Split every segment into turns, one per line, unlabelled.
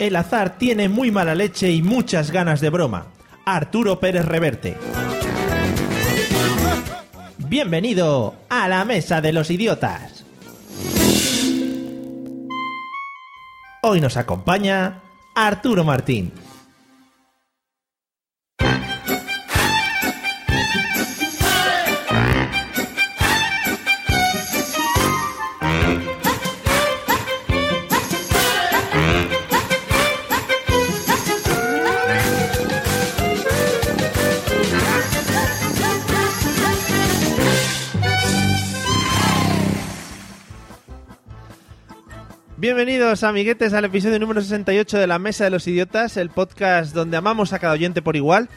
El azar tiene muy mala leche y muchas ganas de broma. Arturo Pérez Reverte. Bienvenido a la Mesa de los Idiotas. Hoy nos acompaña Arturo Martín. Bienvenidos amiguetes al episodio número 68 de La Mesa de los Idiotas, el podcast donde amamos a cada oyente por igual.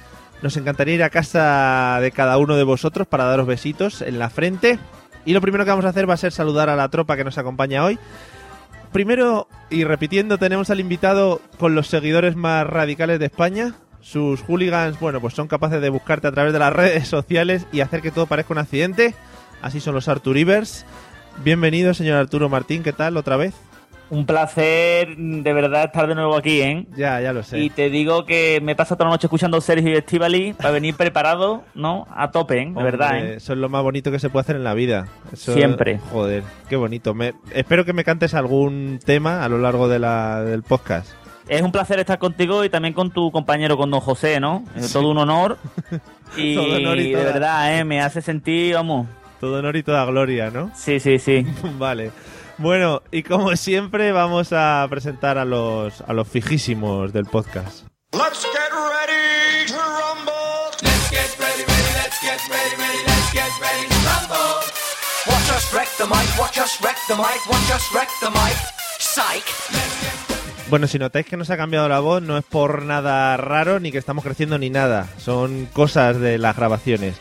Nos encantaría ir a casa de cada uno de vosotros para daros besitos en la frente. Y lo primero que vamos a hacer va a ser saludar a la tropa que nos acompaña hoy. Primero, y repitiendo, tenemos al invitado con los seguidores más radicales de España. Sus hooligans, bueno, pues son capaces de buscarte a través de las redes sociales y hacer que todo parezca un accidente. Así son los Arturivers. Bienvenido, señor Arturo Martín, ¿qué tal otra vez?
Un placer de verdad estar de nuevo aquí, ¿eh?
Ya, ya lo sé.
Y te digo que me he pasado toda la noche escuchando Sergio y Estivali para venir preparado, ¿no? A tope, ¿eh? De
Hombre,
verdad, ¿eh?
Eso es lo más bonito que se puede hacer en la vida. Eso-
Siempre.
Joder, qué bonito. Me, espero que me cantes algún tema a lo largo de la, del podcast.
Es un placer estar contigo y también con tu compañero, con don José, ¿no? Es todo un honor. Y
Todo honor y
de
toda-
verdad, ¿eh? Me hace sentir, vamos.
Todo honor y toda gloria, ¿no?
Sí, sí, sí.
vale. Bueno, y como siempre vamos a presentar a los, a los fijísimos del podcast.
Let's get ready to rumble. Let's get ready, ready, let's get ready, ready, let's get ready to rumble. Watch us wreck the mic, watch us wreck the mic, watch us wreck the mic. Psych.
Bueno, si notáis que nos ha cambiado la voz, no es por nada raro, ni que estamos creciendo ni nada. Son cosas de las grabaciones.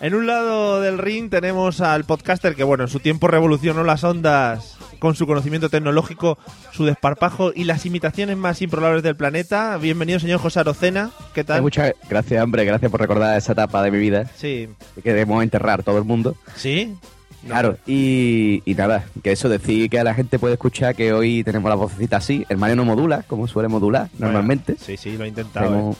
En un lado del ring tenemos al podcaster que, bueno, en su tiempo revolucionó las ondas con su conocimiento tecnológico, su desparpajo y las imitaciones más improbables del planeta. Bienvenido, señor José Arocena. ¿Qué
Eh,
tal?
Muchas gracias, hombre. Gracias por recordar esa etapa de mi vida
Sí.
que queremos enterrar todo el mundo.
¿Sí? No.
Claro, y, y nada, que eso, decir que a la gente puede escuchar que hoy tenemos la vocecita así. El Mario no modula, como suele modular
Bueno,
normalmente.
Sí, sí, lo he intentado. ¿eh?
Tenemos-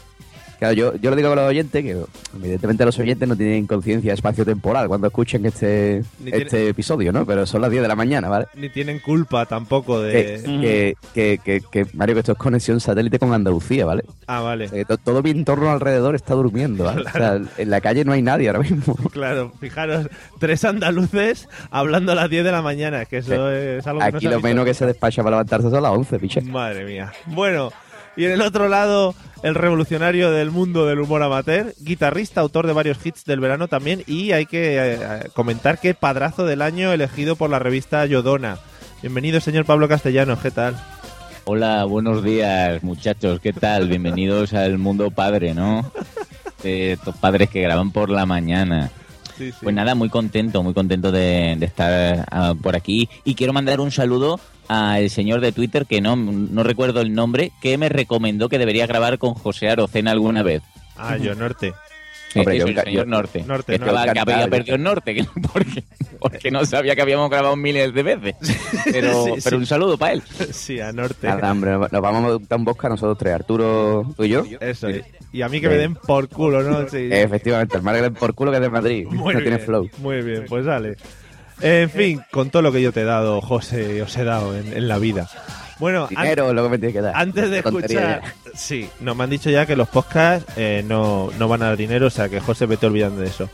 Claro, yo, yo lo digo a los oyentes, que evidentemente los oyentes no tienen conciencia de espacio-temporal cuando escuchen este,
Ni tiene-
este episodio, ¿no? Pero son las 10 de la mañana, ¿vale?
Ni tienen culpa tampoco
Que,
de...
Sí.
que- que- que- que, Mario, que esto es conexión satélite con Andalucía, ¿vale?
Ah,
O
vale.
sea, que Eh, to- todo mi entorno alrededor está durmiendo, ¿vale? O sea, en la calle no hay nadie ahora mismo.
Claro, fijaros, tres andaluces hablando a las 10 de la mañana, es que eso es algo que no
Aquí
se ha
lo
visto. Mm.
menos que se despacha para levantarse son las 11, piche.
Madre mía. Bueno, y en el otro lado, el revolucionario del mundo del humor amateur, guitarrista, autor de varios hits del verano también, y hay que eh, comentar que padrazo del año elegido por la revista Yodona. Bienvenido, señor Pablo Castellano, ¿qué tal?
Hola, buenos días, muchachos. ¿Qué tal? Bienvenidos al mundo padre, ¿no? De estos padres que graban por la mañana.
Sí, sí.
Pues nada, muy contento, muy contento de, de estar ah, por aquí. Y quiero mandar un saludo al señor de Twitter, que no, no recuerdo el nombre, que me recomendó que debería grabar con José Arocena alguna vez.
Ah, yo norte.
Sí,
Hombre,
eso,
yo
el
enca-
señor
yo-
Norte.
Norte,
Que
no,
estaba- que
encantado,
había
yo-
perdido el norte, que- porque, porque no sabía que habíamos grabado miles de veces. Pero,
Sí, sí.
pero un saludo para él.
Sí, a norte.
Nada, hombre, nos vamos a montar un bosque a nosotros tres, Arturo, tú y yo.
Eso, y, y a mí que me den por culo, ¿no? Sí.
Eh, Efectivamente, el Margaret por culo que es de Madrid,
Muy
no
bien,
tiene flow.
Muy bien, pues dale. En fin, con todo lo que yo te he dado, José, os he dado en, en la vida. Bueno, an-
Dinero es lo que me tiene que dar.
antes de
Qué tontería
escuchar.
¿eh?
Sí, nos me han dicho ya que los podcasts eh, no, no van a dar dinero, o sea que José, vete olvidando de eso.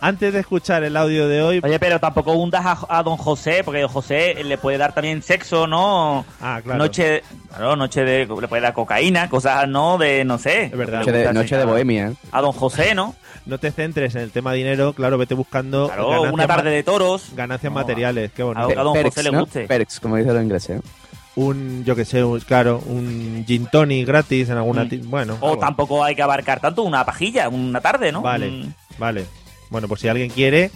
Antes de escuchar el audio de hoy.
Oye, pero tampoco hundas a, a don José, porque don José le puede dar también sexo, ¿no?
Ah, claro.
Noche, claro, noche de, le puede dar cocaína, cosas, ¿no? De, no sé.
Es verdad.
Noche de, noche de bohemia.
A don José, ¿no?
No te centres en el tema dinero, claro, vete buscando
Claro,
ganancias
una tarde
ma-
de toros.
ganancias
No,
materiales, qué
a-
bonito.
a- don José le
¿no?
guste.
Perks, como dicen los ingleses. ¿eh?
un, yo que sé, un- claro, un gin tonic gratis en alguna...
Mm.
ti- Bueno,
O
algo.
tampoco hay que abarcar tanto una pajilla, una tarde, ¿no?
Vale,
Mm,
vale. Bueno, pues si alguien quiere,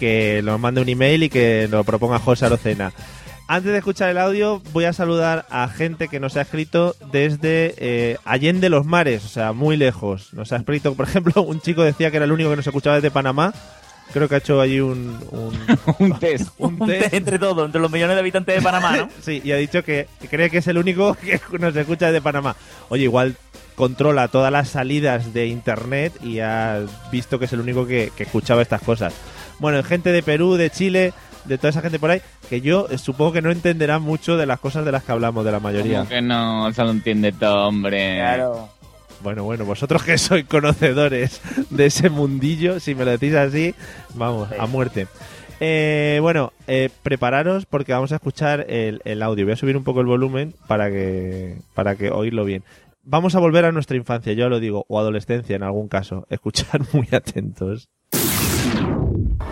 que nos mande un email y que lo proponga José Arocena. Antes de escuchar el audio, voy a saludar a gente que nos ha escrito desde eh, Allende los Mares, o sea, muy lejos. Nos ha escrito, por ejemplo, un chico decía que era el único que nos escuchaba desde Panamá. Creo que ha hecho allí un, un,
Un test.
un
un
test.
té entre todos, entre los millones de habitantes de Panamá, ¿no?
Sí, y ha dicho que cree que es el único que nos escucha desde Panamá. Oye, igual controla todas las salidas de internet y ha visto que es el único que, que escuchaba estas cosas. Bueno, gente de Perú, de Chile, de toda esa gente por ahí, que yo eh, supongo que no entenderá mucho de las cosas de las que hablamos, de la mayoría.
Como que no se lo entiende todo, hombre.
Bueno, bueno, vosotros que sois conocedores de ese mundillo, si me lo decís así, vamos, a muerte. Eh, bueno, eh, prepararos porque vamos a escuchar el, el audio. Voy a subir un poco el volumen para que, para que oírlo bien. Vamos a volver a nuestra infancia, yo lo digo, o adolescencia en algún caso. Escuchar muy atentos.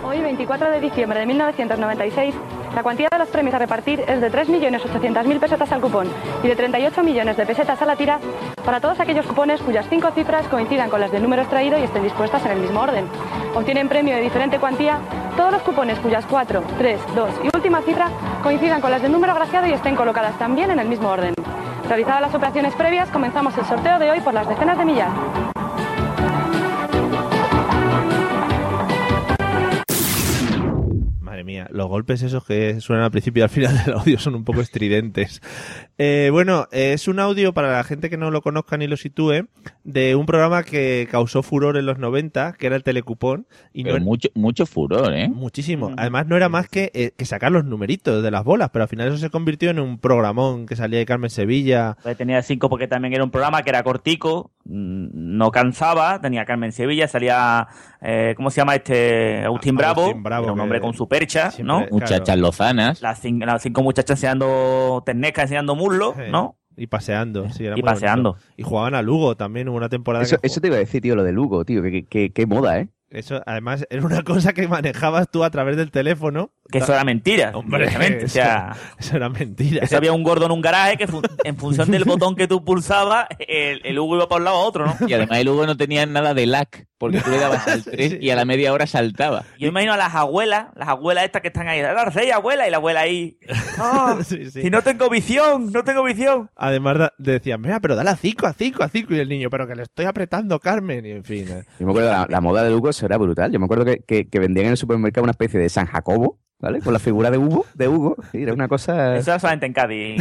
Hoy, 24 de diciembre de 1996, la cuantía de los premios a repartir es de 3.800.000 pesetas al cupón y de 38 millones de pesetas a la tira para todos aquellos cupones cuyas cinco cifras coincidan con las del número extraído y estén dispuestas en el mismo orden. Obtienen premio de diferente cuantía todos los cupones cuyas cuatro, tres, dos y última cifra coincidan con las del número agraciado y estén colocadas también en el mismo orden. Realizadas las operaciones previas, comenzamos el sorteo de hoy por las decenas de millar.
Madre mía, los golpes esos que suenan al principio y al final del audio son un poco estridentes. Eh, bueno, eh, es un audio para la gente que no lo conozca ni lo sitúe de un programa que causó furor en los 90, que era el Telecupón. Y no
Pero
era-
mucho, mucho furor, ¿eh?
Muchísimo. Además, no era más que, eh, que sacar los numeritos de las bolas, pero al final eso se convirtió en un programón que salía de Carmen Sevilla.
Pues tenía cinco porque también era un programa que era cortico, mm, no cansaba, tenía a Carmen Sevilla, salía, eh, ¿cómo se llama este? Agustín
A-
Bravo,
Agustín Bravo,
era un
que
hombre con su percha,
siempre-
¿no?
Muchachas
Claro.
lozanas.
Las, cin- las cinco muchachas enseñando ternecas, enseñando muslo,
Sí.
¿no?
eh, Y paseando, sí, era
Y
muy
paseando.
bonito. Y jugaban a Lugo también, hubo una temporada
Eso,
que
eso te iba a decir, tío, lo de Lugo, tío. Qué, qué- qué moda, ¿eh?
eso, además, era una cosa que manejabas tú a través del teléfono.
Que eso era mentira,
Hombre,
directamente, O sea,
Eso era mentira.
eso había un gordo en un garaje que fu- en función del botón que tú pulsabas, el, el Hugo iba para un lado a otro, ¿no?
Y además el Hugo no tenía nada de lac, porque tú le dabas al 3
Sí.
y a la media hora saltaba.
Yo imagino a las abuelas, las abuelas estas que están ahí, las seis abuelas y la abuela ahí. "No,
Sí, sí.
Si no tengo visión, no tengo visión.
Además, da- decían, mira, pero dale a 5, a 5, a 5. Y el niño, pero que le estoy apretando, Carmen. Y en fin. eh.
Yo me acuerdo, la, la moda de Hugo, eso era brutal. Yo me acuerdo que, que- que vendían en el supermercado una especie de San Jacobo, ¿vale? Con la figura de Hugo, de Hugo. Y era una cosa...
Eso era solamente en Cádiz.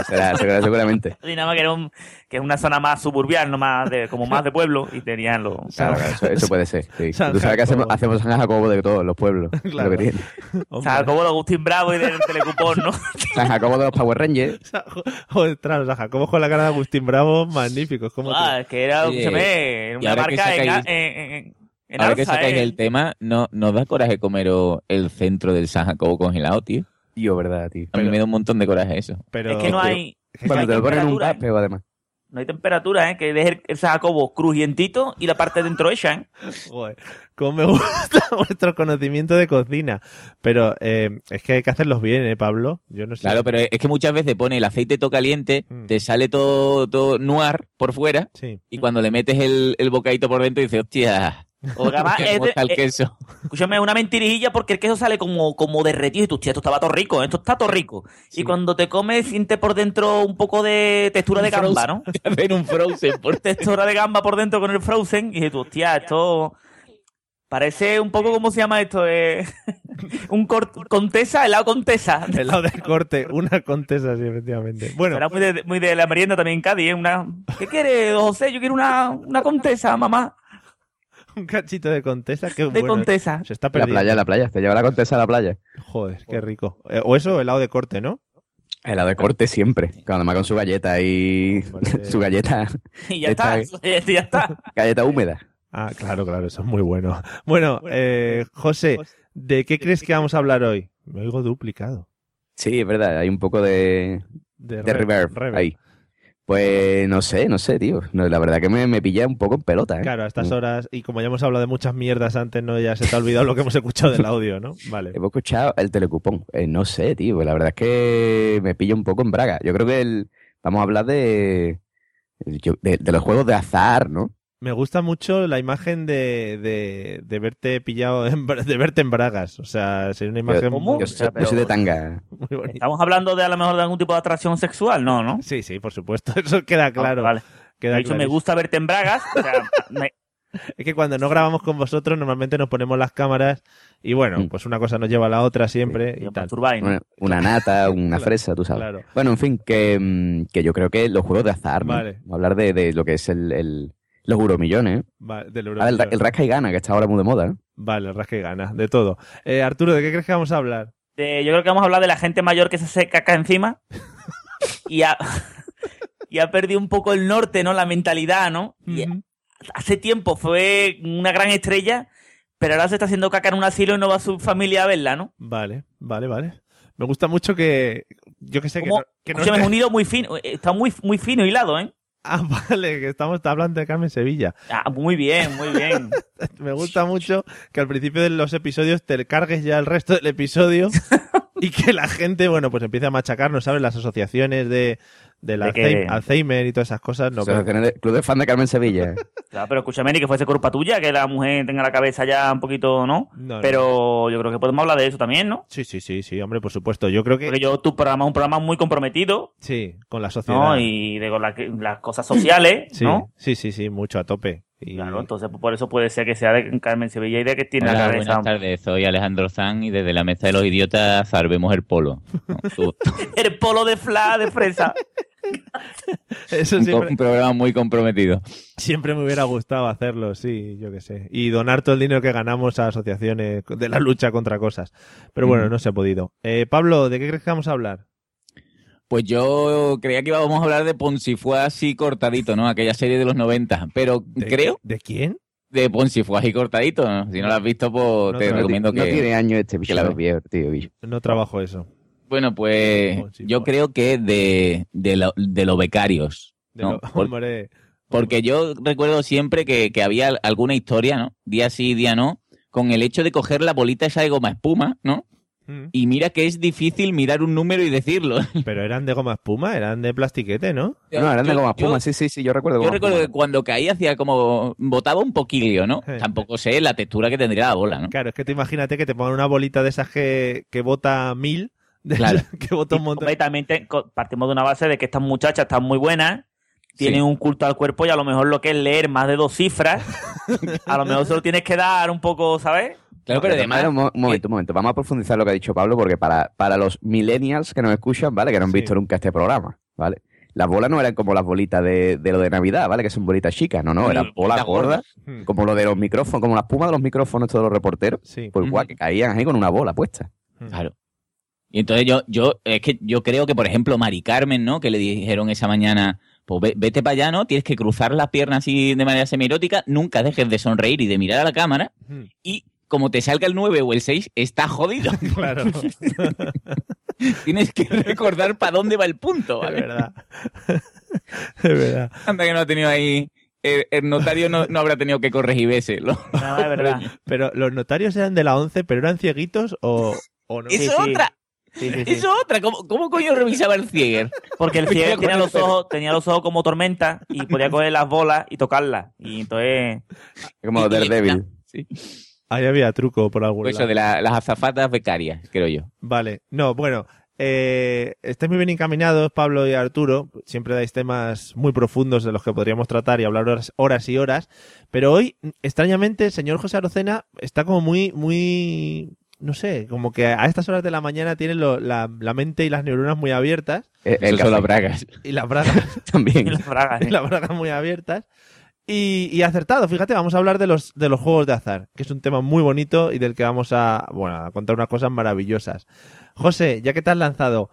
Eso era- eso era seguramente.
Dinamo que era un, que es una zona más suburbial, no más de, como más de pueblo, y tenían los.
Claro, claro, eso, eso puede ser. sí.
San
Tú sabes que hacemos,
Jacobo.
hacemos San Jacobo de todos los pueblos. es lo que
Claro.
tiene.
O sea, como los Agustín Bravo y del Telecupón, ¿no?
San Jacobo de los Power Rangers.
Ostras, o sea, Jacobo con la cara de Agustín Bravo, magnífico. es como
Ah, que era
Oye,
se ve,
y
una
ahora que
marca en,
sacáis-
en- en- en
Ahora que
alza,
sacáis
¿eh?
el tema, no, nos da coraje comeros el centro del San Jacobo congelado, tío.
Tío, verdad, tío.
A mí me da un montón de coraje eso.
pero...
Es que no hay. no hay
Cuando te lo ponen en un
temperatura, ¿eh?
papeo, además.
No hay temperatura, ¿eh? Que deje el- el San Jacobo crujientito y la parte dentro hecha, ¿eh?
Joder, cómo me gusta vuestro conocimiento de cocina. Pero eh, es que hay que hacerlos bien, ¿eh, Pablo? Yo no sé.
Claro, pero es que muchas veces pone el aceite todo caliente,
Mm.
te sale todo, todo noir por fuera,
Sí.
y cuando le metes el, el bocadito por dentro dices, hostia,
Porque además
qué
es
como
de-
está el
eh,
queso.
Escúchame, es una mentirijilla porque el queso sale como, como derretido y tú, hostia, esto estaba todo rico, ¿eh? esto está todo rico. Y cuando te comes, sientes por dentro un poco de textura de gamba, ¿no?
Te hacen un frozen por
textura de gamba por dentro con el frozen y dices tú, hostia, esto parece un poco, ¿cómo se llama esto? Eh, un cor- contesa, helado contesa.
El lado de corte, una contesa, sí, efectivamente. Bueno,
Era muy de, muy de la merienda también en Cádiz, ¿eh? Una... ¿Qué quieres, don José? Yo quiero una, una contesa, mamá.
un cachito de contesa, qué
De
bueno.
contesa.
Se está
La
perdiendo.
playa, la playa. Te lleva la contesa a la playa.
Joder, qué rico. Eh, o eso, el lado de corte, ¿no?
El lado de corte siempre. Claro, además con su galleta y
Hombre.
su galleta,
Y ya está,
Está
y ya está.
galleta húmeda.
Ah, claro, claro, eso es muy bueno. Bueno, eh, José, ¿de qué crees que vamos a hablar hoy? Me oigo duplicado.
Sí, es verdad, hay un poco de, de
re-
reverb, ahí. Pues no sé, no sé, tío. No, la verdad que me, me pilla un poco en pelota, ¿eh?
Claro, a estas horas, y como ya hemos hablado de muchas mierdas antes, no ya se te ha olvidado lo que hemos escuchado del audio, ¿no? Vale.
Hemos escuchado el telecupón. Eh, no sé, tío. pues La verdad es que me pilla un poco en braga. Yo creo que el, vamos a hablar de, yo- de, de los juegos de azar, ¿no?
Me gusta mucho la imagen de, de, de verte pillado, en bra- de verte en bragas. O sea, sería una imagen
¿Cómo?
muy,
Yo, soy- yo soy de tanga.
muy bonita.
Estamos hablando de a lo mejor de algún tipo de atracción sexual, no, ¿no?
Sí, sí, por supuesto. Eso queda claro.
Ah, Vale.
queda
De hecho, me
clarísimo.
gusta verte en bragas. o sea, me-
Es que cuando no grabamos con vosotros, normalmente nos ponemos las cámaras y bueno,
Mm.
pues una cosa nos lleva a la otra siempre y
me
tal.
masturbáis, ¿no?
Una, una nata, una
Claro,
fresa, tú sabes.
Claro.
Bueno, en fin, que, mm, que yo creo que los juegos de azar, ¿no?
Vale.
Vamos a hablar de, de lo que es el, el- los euromillones. ¿eh?
Va- del
Ah, el, ra-
Eurovisión.
el rasca y gana, que está ahora muy de moda, ¿eh?
Vale, el rasca y gana, de todo. Eh, Arturo, ¿de qué crees que vamos a hablar?
De- yo creo que vamos a hablar de la gente mayor que se hace caca encima y ha, y ha perdido un poco el norte, ¿no? La mentalidad, ¿no? Y
Ujú.
hace tiempo fue una gran estrella, pero ahora se está haciendo caca en un asilo y no va su familia a verla, ¿no?
Vale, vale, vale. Me gusta mucho que. Yo que sé que
Como-
no- que no
Escúchame, es
esté-
un hilo muy fino, eh, está muy, muy fino hilado, ¿eh?
Ah, vale, que estamos está hablando de Carmen Sevilla.
Ah, muy bien, muy bien.
Me gusta mucho que al principio de los episodios te cargues ya el resto del episodio y que la gente, bueno, pues empiece a machacarnos, ¿sabes? Las asociaciones de, del
De que-
Alzheimer, Alzheimer y todas esas cosas. No,
O sea,
pero-
tener- Club de fan de Carmen Sevilla.
Claro, pero escúchame, ni que fuese culpa tuya, que la mujer tenga la cabeza ya un poquito, ¿no?
no, no.
Pero yo creo que podemos hablar de eso también, ¿no?
Sí, sí, sí, sí, hombre, por supuesto. Yo creo que
Porque yo, tu programa es un programa muy comprometido,
sí, con la sociedad.
¿no? Y de con la que- las cosas sociales,
sí,
¿no?
sí, sí, sí, mucho a tope. Y-
Claro, entonces pues, por eso puede ser que sea de Carmen Sevilla y de que tiene
Hola,
la cabeza.
buenas tardes. Soy Alejandro Zan y desde la mesa de los idiotas salvemos el polo. ¿no? Tú-
El polo de fla de fresa.
Eso
un, co-
siempre,
un programa muy comprometido.
siempre me hubiera gustado hacerlo, sí, yo qué sé. Y donar todo el dinero que ganamos a asociaciones de la lucha contra cosas. Pero bueno,
Ujú.
no se ha podido. Eh, Pablo, ¿de qué crees que vamos a hablar?
Pues yo creía que íbamos a hablar de Poncifuá así cortadito, ¿no? Aquella serie de los 90. Pero
¿De-
creo
¿De quién?
de Poncifuá así cortadito, ¿no? Si no la has visto, pues
No
te
te-
recomiendo
no
que...
tiene año este bicho,
Claro.
es viejo, tío. bicho.
No trabajo eso.
Bueno, pues
Ponzi,
yo
Ponzi.
creo que de, de, lo- de los becarios.
De
No,
lo-
por-
hombre.
Porque yo recuerdo siempre que, que había al- alguna historia, ¿no? Día sí, día no, con el hecho de coger la bolita esa de goma espuma, ¿no?
Mm.
Y mira que es difícil mirar un número y decirlo.
Pero eran de goma espuma, eran de plastiquete, ¿no?
No, eran de
Yo-
goma
yo-
espuma, sí, sí, sí, yo recuerdo
Yo
goma
recuerdo que
espuma.
cuando caía hacía como... botaba un poquillo, ¿no?
Sí.
Tampoco sé la textura que tendría la bola, ¿no?
Claro, es que te imagínate que te pongan una bolita de esas que, que bota mil, de
Claro.
esas que bota un montón.
Hombre, también te- co- partimos de una base de que estas muchachas están muy buenas, tienen un culto al cuerpo y a lo mejor lo que es leer más de dos cifras, a lo mejor se lo tienes que dar un poco, ¿sabes?
Claro, pero
De todas
además...
maneras, un, mo- un momento, un momento. Vamos a profundizar lo que ha dicho Pablo, porque para, para los millennials que nos escuchan, ¿vale? Que no han
Sí.
visto nunca este programa, ¿vale? Las bolas no eran como las bolitas de, de lo de Navidad, ¿vale? Que son bolitas chicas, no, no,
Bueno,
eran bolas
bolitas gordas.
gordas,
Mm.
como lo de los micrófonos, como la espuma de los micrófonos, todos los reporteros,
Sí.
pues
Ujú.
guau, que caían ahí con una bola puesta.
Claro. Y entonces yo, yo, es que yo creo que, por ejemplo, Mari Carmen, ¿no? Que le dijeron esa mañana, pues ve- vete para allá, ¿no? Tienes que cruzar las piernas así de manera semirótica, nunca dejes de sonreír y de mirar a la cámara,
Mm.
y como te salga el 9 o el 6, está jodido.
Claro, es
Tienes que recordar para dónde va el punto, ¿vale?
verdad. Es verdad.
Anda que no ha tenido ahí. El, el notario no, no habrá tenido que corregir ese. lo-
Nada, de verdad.
Pero los notarios eran de la 11, pero eran cieguitos o, o no.
Sí,
Eso es
sí.
otra,
Sí, sí, sí.
eso es otra. ¿Cómo, cómo coño revisaba el Cieger?
Porque el ciego
Cuidado con
tenía
el
los
pelo.
ojos, tenía los ojos como tormenta y podía coger las bolas y tocarlas. Y entonces,
Como
Y- y-
Daredevil.
Sí.
Ahí había truco por algún
Pues
lado.
Eso de la- las azafatas becarias, creo yo.
Vale, no, bueno, eh, estáis muy bien encaminados, Pablo y Arturo. Siempre dais temas muy profundos de los que podríamos tratar y hablar horas, horas y horas. Pero hoy, extrañamente, el señor José Arocena está como muy, muy, no sé, como que a estas horas de la mañana tiene lo- la, la mente y las neuronas muy abiertas
El, el
Eso son
café
las bragas.
y las bragas
también.
y las bragas.
y
¿eh?
las bragas muy abiertas. Y, y acertado, fíjate, vamos a hablar de los, de los juegos de azar, que es un tema muy bonito y del que vamos a, bueno, a contar unas cosas maravillosas. José, ya que te has lanzado,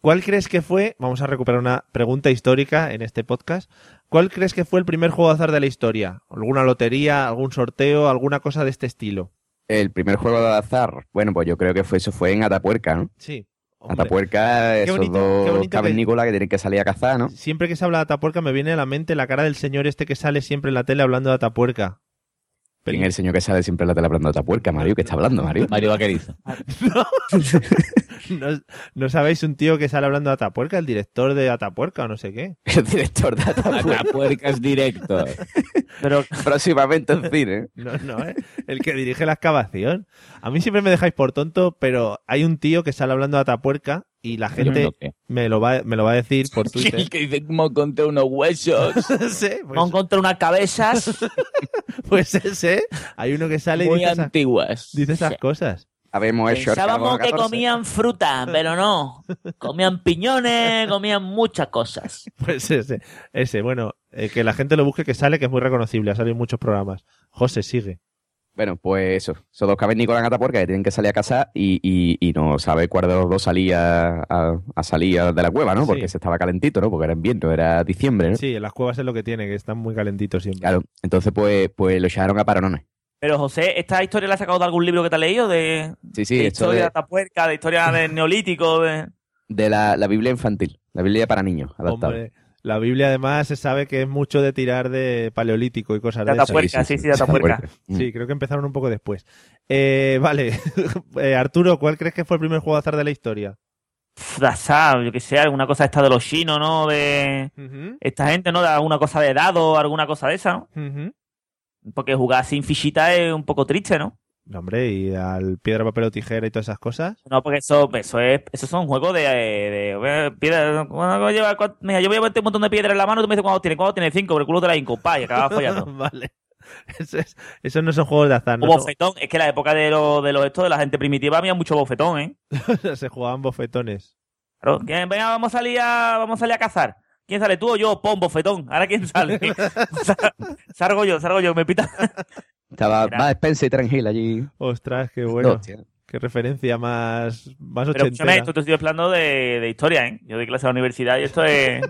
¿cuál crees que fue, vamos a recuperar una pregunta histórica en este podcast, ¿cuál crees que fue el primer juego de azar de la historia? ¿Alguna lotería, algún sorteo, alguna cosa de este estilo?
El primer juego de azar, bueno, pues yo creo que fue eso fue en Atapuerca, ¿no?
Sí. Hombre,
Atapuerca, esos
bonito, qué
dos
bonito que-
cavernícolas que... tienen que salir a cazar, ¿no?
Siempre que se habla de Atapuerca me viene a la mente la cara del señor este que sale siempre en la tele hablando de Atapuerca.
¿Quién es el señor que sale siempre en la tela hablando de Atapuerca, Mario? ¿Qué está hablando, Mario?
Mario Vaquerizo.
¿No, no sabéis un tío que sale hablando de Atapuerca? El director de Atapuerca o no sé qué.
El director de Atapuerca.
Atapuercas directo.
Pero
Próximamente en cine.
No, no, ¿eh? El que dirige la excavación. A mí siempre me dejáis por tonto, pero hay un tío que sale hablando de Atapuerca y la
Yo me
gente
lo creo.
me lo va, me lo va a decir por Twitter.
El que dice como contra unos huesos.
Sí, pues-
no encontré unas cabezas.
Pues ese, hay uno que sale y
muy
dice esas,
antiguas.
dice esas cosas.
Habemos hecho
Pensábamos que
14.
comían fruta, pero no. Comían piñones, comían muchas cosas.
Pues ese, ese, bueno, eh, que la gente lo busque que sale, que es muy reconocible, ha salido en muchos programas. José, sigue.
Bueno, pues eso. Son dos cavernícolas en Atapuerca que tienen que salir a cazar y, y- y no sabe cuál de los dos salía a, a salir de la cueva, ¿no? Porque
Sí.
se estaba calentito, ¿no? Porque era invierno, era diciembre, ¿no?
Sí, en las cuevas es lo que tiene, que están muy calentitos siempre.
Claro. Entonces, pues, pues lo echaron a parones.
Pero José, ¿esta historia la has sacado de algún libro que te has leído? De,
Sí, sí,
de
esto
historia de
de,
Atapuerca, de historia del Neolítico. de-
de la, la Biblia infantil, la Biblia para niños, adaptada.
Hombre, la Biblia además se sabe que es mucho de tirar de paleolítico y cosas de
De
esas.
Atapuerca. sí, sí, de Atapuerca.
Mm.
Sí, creo que empezaron un poco después. Eh, vale, Eh, Arturo, ¿cuál crees que fue el primer juego de azar de la historia?
Pff, de azar, yo que sé, alguna cosa esta de los chinos, ¿no? De
Ujú,
esta gente, ¿no? De alguna cosa de dado, alguna cosa de esa, ¿no?
ujú.
Porque jugar sin fichita es un poco triste, ¿no?
No, hombre, y al piedra, papel o tijera y todas esas cosas.
No, porque eso, eso es, esos son juegos de, de, de- piedra. cuando lleva- cuan- mira, yo voy a meter un montón de piedras en la mano, tú me dices cuándo tiene, cuándo tiene cinco, pero el culo te la incompa y acabas follando.
vale. Eso es- esos no son juegos de azar, no
O
son-
bofetón, es que la época de los de los esto, de la gente primitiva había mucho bofetón, ¿eh?
se jugaban bofetones.
Claro, que, venga, vamos a salir a, vamos a salir a cazar. ¿Quién sale? ¿Tú o yo? Pon bofetón. Ahora quién sale. Sa- salgo yo, salgo yo, me pita.
Estaba
Era-
más Spencer y tranquila allí.
Ostras, qué bueno.
Hostia.
Qué referencia más, más
Pero escúchame,
ochentera.
esto te estoy hablando de, de historia, ¿eh? Yo doy clase a la universidad y esto es.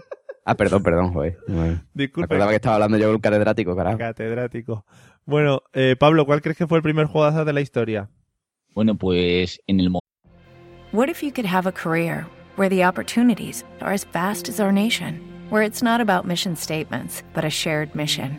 Ah, perdón, perdón, joder. Me
Disculpa,
acordaba que estaba hablando yo con un catedrático, carajo.
catedrático. Bueno, eh, Pablo, ¿cuál crees que fue el primer juego de azar de la historia?
Bueno, pues en el mo-
What if you could have a career where the opportunities are as vast as our nation, where it's not about mission statements, but a shared mission?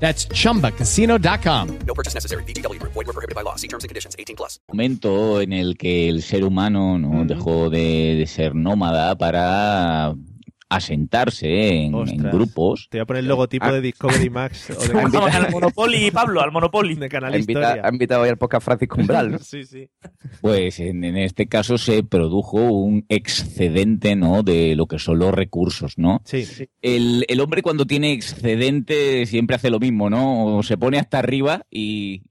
That's chumbacasino.com.
No purchase necessary. VGW Group. Void were prohibited by law. See terms and conditions. 18 plus.
momento en el que el ser humano no dejó de, de ser nómada para asentarse en, en
Ostras.
grupos.
Te voy a poner el logotipo
Ah.
de Discovery Max o de,
Ha
Vamos al
invitado,
Monopoly, Pablo, al Monopoly.
de Canal
ha invitado, ha
Historia.
invitado hoy al podcast Francisco Umbral, ¿no?
Sí, sí.
Pues en, en este caso se produjo un excedente ¿no? de lo que son los recursos, ¿no?
Sí, sí.
El, el hombre cuando tiene excedente siempre hace lo mismo, ¿no? O se pone hasta arriba y,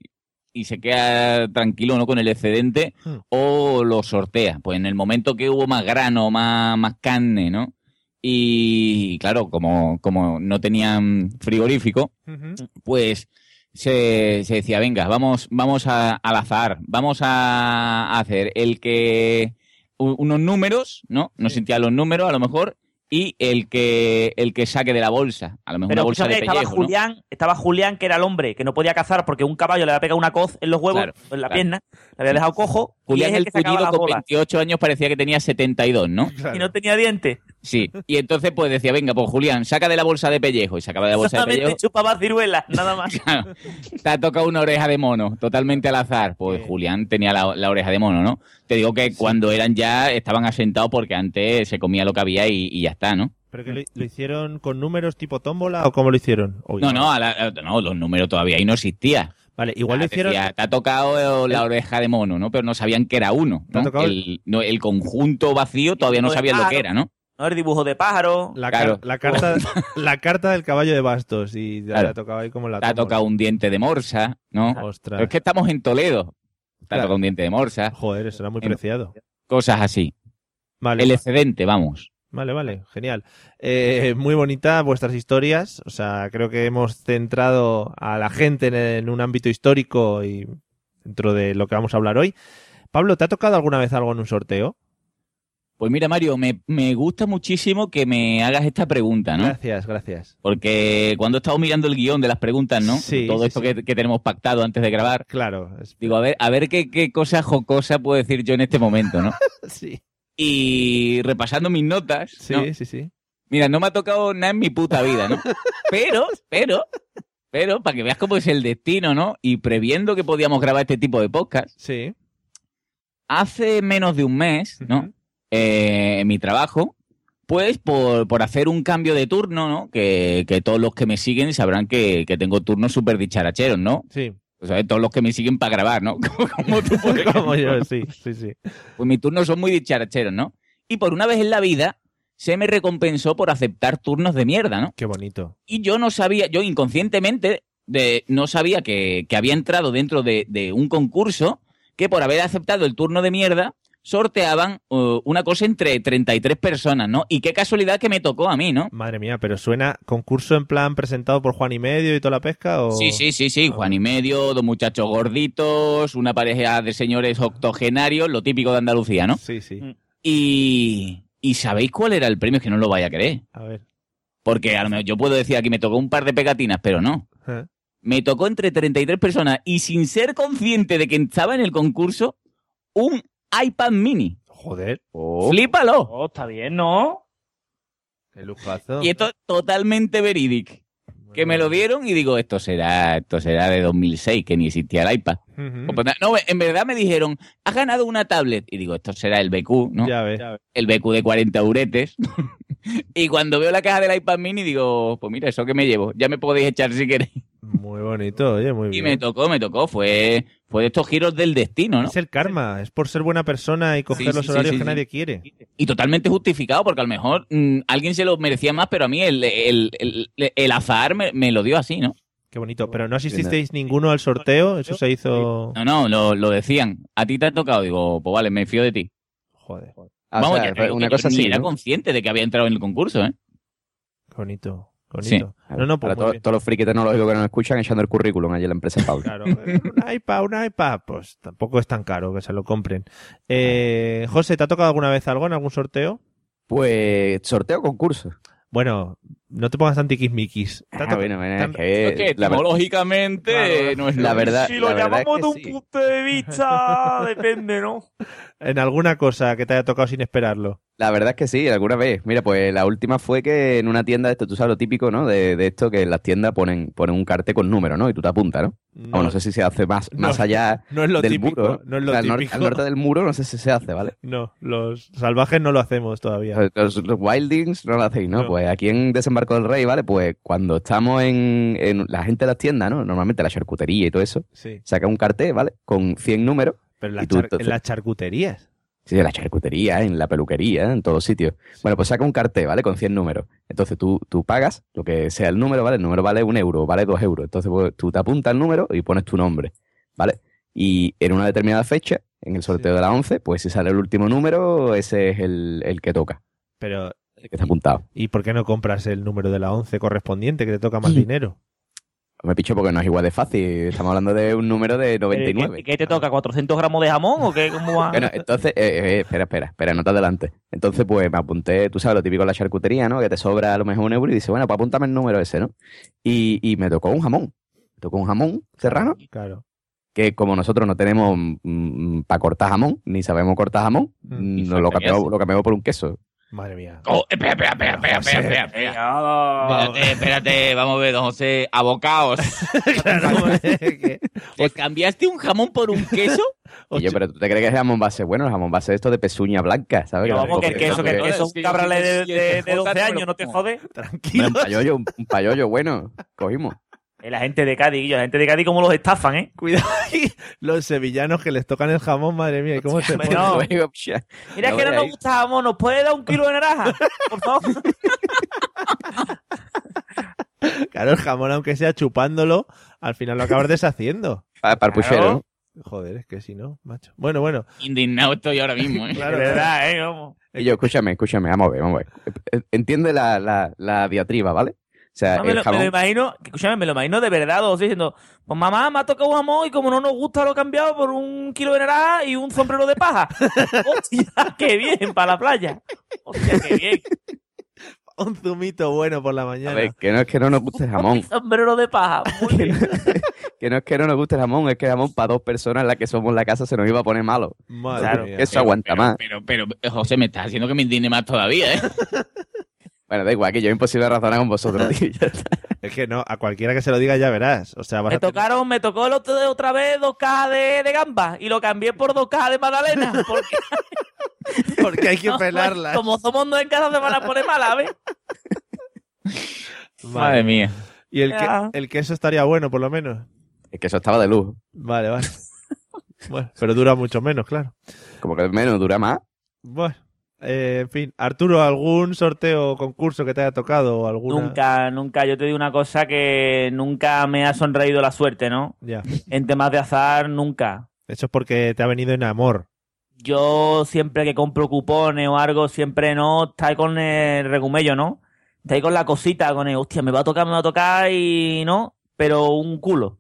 y se queda tranquilo, ¿no? Con el excedente
Hmm.
o lo sortea. Pues en el momento que hubo más grano, más, más carne, ¿no? Y claro, como, como no tenían frigorífico,
Ujú.
pues se, se decía, venga, vamos, vamos a, al azar, vamos a hacer el que u- unos números, ¿no? No sentía los números a lo mejor, y el que el que saque de la bolsa, a lo mejor
Pero
una bolsa
escúchame,
de
estaba
pellejo, ¿no?
Julián, estaba Julián, que era el hombre que no podía cazar porque un caballo le había pegado una coz en los huevos,
Claro,
en la
claro.
pierna, le había dejado cojo,
Julián
y es el
el
que sacaba
tullido
las
con
bolas.
28 años parecía que tenía 72, ¿no?
Claro.
Y no tenía dientes.
Sí. Y entonces pues decía, venga, pues Julián, saca de la bolsa de pellejo y sacaba de la bolsa de
Solamente
pellejo.
chupaba ciruelas, nada más.
Claro. Te ha tocado una oreja de mono, totalmente al azar. Pues
Sí.
Julián tenía la, la oreja de mono, ¿no? Te digo que cuando eran ya estaban asentados porque antes se comía lo que había y, y ya está, ¿no?
¿Pero que lo, lo hicieron con números tipo tómbola o cómo lo hicieron? Uy,
No, no, a la- a- no, los números todavía ahí no existía.
Vale, igual
Ah,
lo hicieron.
decía, te ha tocado la oreja de mono, ¿no? Pero no sabían que era uno.
Te ha
¿no?
tocado el-
El, no, el conjunto vacío todavía no
Pues,
sabían lo
claro.
que era, ¿no?
¿no? El dibujo de pájaro.
La,
claro.
car- la carta, la carta del caballo de bastos y ya
Claro.
la tocaba ahí como la
Te ha
tómbola.
tocado un diente de morsa, ¿no?
Ostras.
Pero es que estamos en Toledo. Te ha
Claro.
tocado un diente de morsa,
Joder, eso era muy
En-
preciado.
cosas así.
Vale,
El excedente, vamos.
vale, vale, genial. Eh, muy bonita vuestras historias. O sea, creo que hemos centrado a la gente en, en un ámbito histórico y dentro de lo que vamos a hablar hoy. Pablo, ¿te ha tocado alguna vez algo en un sorteo?
Pues mira, Mario, me, me gusta muchísimo que me hagas esta pregunta, ¿no?
Gracias, gracias.
Porque cuando he estado mirando el guión de las preguntas, ¿no?
Sí,
Todo
sí,
esto
sí.
Que, que tenemos pactado antes de grabar.
Claro, es-
Digo, a ver, a ver qué, qué cosa jocosa puedo decir yo en este momento, ¿no?
sí,
Y repasando mis notas,
sí,
¿no?
sí, sí.
mira, no me ha tocado nada en mi puta vida, ¿no? Pero, pero, pero, para que veas cómo es el destino, ¿no? Y previendo que podíamos grabar este tipo de podcast,
Sí.
hace menos de un mes, ¿no?
Ujú.
eh, en mi trabajo, pues por, por hacer un cambio de turno, ¿no? Que, que todos los que me siguen sabrán que, que tengo turnos súper dicharacheros, ¿no?
Sí,
O sea, todos los que me siguen para grabar, ¿no? Como tú, por
como
ejemplo.
yo, sí, sí, sí.
Pues mis turnos son muy dicharacheros, ¿no? Y por una vez en la vida se me recompensó por aceptar turnos de mierda, ¿no?
Qué bonito.
Y yo no sabía, yo inconscientemente de, no sabía que, que había entrado dentro de, de un concurso que por haber aceptado el turno de mierda sorteaban eh, una cosa entre 33 personas, ¿no? Y qué casualidad que me tocó a mí, ¿no?
Madre mía, pero suena concurso en plan presentado por Juan y Medio y toda la pesca o...
Sí, sí, sí, sí, Juan y medio, dos muchachos gorditos, una pareja de señores octogenarios, lo típico de Andalucía, ¿no?
Sí, sí.
Y, y ¿sabéis cuál era el premio? Es que no lo vaya a creer.
A ver.
Porque a lo mejor yo puedo decir aquí me tocó un par de pegatinas, pero no.
¿Eh?
Me tocó entre 33 personas y sin ser consciente de que estaba en el concurso, un iPad mini.
Joder,
¡Flípalo!
Oh, está bien, ¿no?
qué lujazo.
Y esto es totalmente verídico. Que me lo dieron y digo, esto será, esto será de 2006, que ni existía el iPad.
Ujú.
O pues, No, en verdad me dijeron, has ganado una tablet. Y digo, esto será el BQ, ¿no?
Ya ves.
el BQ de 40 uretes. y cuando veo la caja del iPad mini digo, pues mira, eso que me llevo, ya me podéis echar si queréis.
Muy bonito, oye, muy
Y
bien.
me tocó, me tocó, fue, fue de estos giros del destino, ¿no?
Es el karma, es por ser buena persona y coger
Sí, sí,
los
sí,
horarios
sí,
que
sí.
nadie quiere.
Y totalmente justificado, porque a lo mejor mm, alguien se lo merecía más, pero a mí el, el, el, el azar me, me lo dio así, ¿no?
Qué bonito. Pero no asististeis ninguno al sorteo, eso se hizo...
No, no, lo, lo decían, a ti te ha tocado, digo, pues vale, me fío de ti.
Joder, qué
Ah, o
Vamos,
sea,
ya, eh, yo-
una
yo
cosa
ni
así.
era
¿no?
consciente de que había entrado en el concurso, ¿eh?
bonito. qué
Sí.
Bonito. No, no, pues
Para
muy
to-
bien.
todos los frikis tecnológicos que nos escuchan echando el currículum allí en la empresa Pablo.
Claro, eh, un iPad, un iPad, pues tampoco es tan caro que se lo compren. Eh, José, ¿te ha tocado alguna vez algo en algún sorteo?
Pues sorteo concurso.
Bueno, no te pongas tan tiquismiquis. ¿Te ha
Ah,
tocado-
bueno, bueno,
tan-
es que la, ver-
lógicamente
Claro.
no es
la verdad,
si
la
lo
verdad es
llamamos
que
de un
sí.
punto de vista, depende, ¿no?
En alguna cosa que te haya tocado sin esperarlo.
La verdad es que sí, alguna vez. Mira, pues la última fue que en una tienda, de esto tú sabes lo típico, ¿no? De, de esto que en las tiendas ponen, ponen un cartel con número, ¿no? Y tú te apuntas, ¿no?
No,
Vamos, no sé si se hace más,
no.
más allá
no es lo
del
típico.
muro.
No es lo
al, nor-
típico.
al norte del muro no sé si se hace, ¿vale?
No, los salvajes no lo hacemos todavía.
Los, los Wildings no lo hacéis, ¿no?
No.
Pues aquí en Desembarco del Rey, ¿vale? Pues cuando estamos en, en la gente de las tiendas, ¿no? Normalmente la charcutería y todo eso,
Sí.
saca un cartel, ¿vale? Con 100 números.
Pero en las
Y tú,
char-
entonces-
en las charcuterías.
Sí, en la charcutería, en la peluquería, en todos sitios. Bueno, pues saca un cartel, ¿vale? Con 100 números. Entonces tú, tú pagas lo que sea el número, ¿vale? El número vale un euro, vale dos euros. Entonces pues, tú te apuntas el número y pones tu nombre, ¿vale? Y en una determinada fecha, en el sorteo
Sí.
de la 11, pues si sale el último número, ese es el, el que toca,
Pero,
el que está apuntado.
¿y por qué no compras el número de la 11 correspondiente que te toca más
Sí.
dinero?
Me picho porque no es igual de fácil. Estamos hablando de un número de
¿Qué,
99.
qué te toca? ¿400 gramos de jamón o qué? ¿Cómo va?
Bueno, entonces, eh, eh, espera, espera, espera, no te adelantes. Entonces, pues me apunté, tú sabes, lo típico de la charcutería, ¿no? Que te sobra a lo mejor un euro y dices, bueno, pues apúntame el número ese, ¿no? Y, y me tocó un jamón. Me tocó un jamón serrano,
Claro.
que como nosotros no tenemos para cortar jamón, ni sabemos cortar jamón,
Mm.
mm,
Y
nos lo
falta que
cambiamos
hace.
lo cambiamos por un queso.
Madre mía.
Oh, espera, espera, espera, espera, espera, espera, espera. Espérate, espérate, vamos a ver, don José, abocados.
Claro, es que-
Pues-
¿Te cambiaste un jamón por un queso?
Y yo, pero ¿tú te crees que es jamón base? Bueno, el jamón base es esto de pezuña blanca, ¿sabes?
Pero
Que
vamos,
lo
que el
coges,
queso,
¿no?
que el
Joder,
queso
es
es
que
un
yo
cabrale
siento
de,
si
de-
es
de 12
jota,
años, ¿no te
pero-
jode?
Hombre, Un payollo, un un payollo bueno, cogimos.
Eh, La gente de Cádiz, Guillo, la gente de Cádiz, ¿cómo los estafan, eh?
Cuidado ahí, los sevillanos que les tocan el jamón, madre mía, ¿y ¿cómo se
Bueno,
ponen?
Mira que no nos gusta jamón, ¿nos puede dar un kilo de naranja? Por favor.
Claro, el jamón, aunque sea chupándolo, al final lo acabas deshaciendo.
Para el puchero, ¿no?
Joder, es que si no, macho. Bueno, bueno.
Indignado estoy ahora mismo, ¿eh?
Claro.
de verdad, eh, vamos.
Y yo, escúchame, escúchame, vamos a ver, vamos a ver. E, Entiende la, la, la diatriba, ¿vale? O sea,
No, me,
el
lo, me lo
jamón.
imagino, que, escúchame, me lo imagino de verdad, os estoy diciendo, pues mamá, me ha tocado jamón y como no nos gusta lo he cambiado por un kilo de naranja y un sombrero de paja. Hostia, qué bien, para la playa. Hostia, qué bien.
Un zumito bueno por la
A
mañana.
ver, que no es que no nos guste el jamón.
Un sombrero de paja. Muy bien.
Que no es que no nos guste el jamón, es que el jamón para dos personas las que somos la casa se nos iba a poner malo.
Madre
Claro.
mía.
Eso aguanta
Pero,
más.
pero, pero, pero, José, me estás haciendo que me indigne más todavía, ¿eh?
Bueno, da igual, que yo es imposible razonar con vosotros, tío. Ya está.
Es que no, a cualquiera que se lo diga ya verás. O sea, vas
Me
a tener-
tocaron, me tocó el otro, otra vez dos k de, de gamba y lo cambié por dos k de magdalena. Porque,
porque hay que pelarla.
como somos dos en casa se van a poner malas, ¿ves?
Madre mía.
Y el, que-
Ya.
el queso estaría bueno, por lo menos.
Es que eso estaba de luz.
Vale, vale. bueno, pero dura mucho menos, claro.
Como que al menos dura más.
Bueno, eh, en fin. Arturo, ¿algún sorteo o concurso que te haya tocado? O alguna...
Nunca, nunca. Yo te digo una cosa que nunca me ha sonreído la suerte, ¿no?
Ya.
En temas de azar, nunca.
Eso es porque te ha venido en amor.
yo siempre que compro cupones o algo, siempre no, está ahí con el regumello, ¿no? Está ahí con la cosita, con el, hostia, me va a tocar, me va a tocar y no, pero un culo.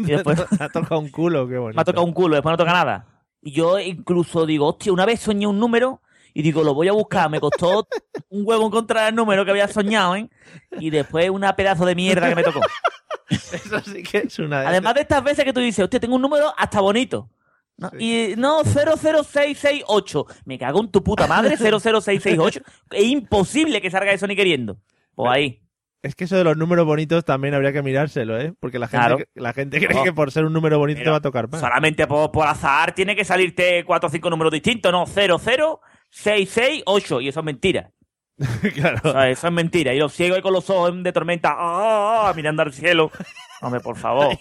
Y después
Te ha tocado un culo, qué bonito.
me ha tocado un culo, después no toca nada. Y yo incluso digo, hostia, una vez soñé un número y digo, lo voy a buscar, me costó un huevo encontrar el número que había soñado, ¿eh? Y después una pedazo de mierda que me tocó.
Eso sí que es una de
Además de estas veces que tú dices, hostia, tengo un número hasta bonito. ¿no? Y no, 00668. Me cago en tu puta madre, 00668. es imposible que salga eso ni queriendo. Pues ahí.
Es que eso de los números bonitos también habría que mirárselo, ¿eh? Porque la gente,
Claro.
la gente cree
No.
que por ser un número bonito
Pero
te va a tocar más.
Solamente por, por azar tiene que salirte cuatro o cinco números distintos, no, 00668. Y eso es mentira. O
claro.
sea, eso es mentira. Y los ciegos ahí con los ojos de tormenta, ah, mirando al cielo. Hombre, por favor.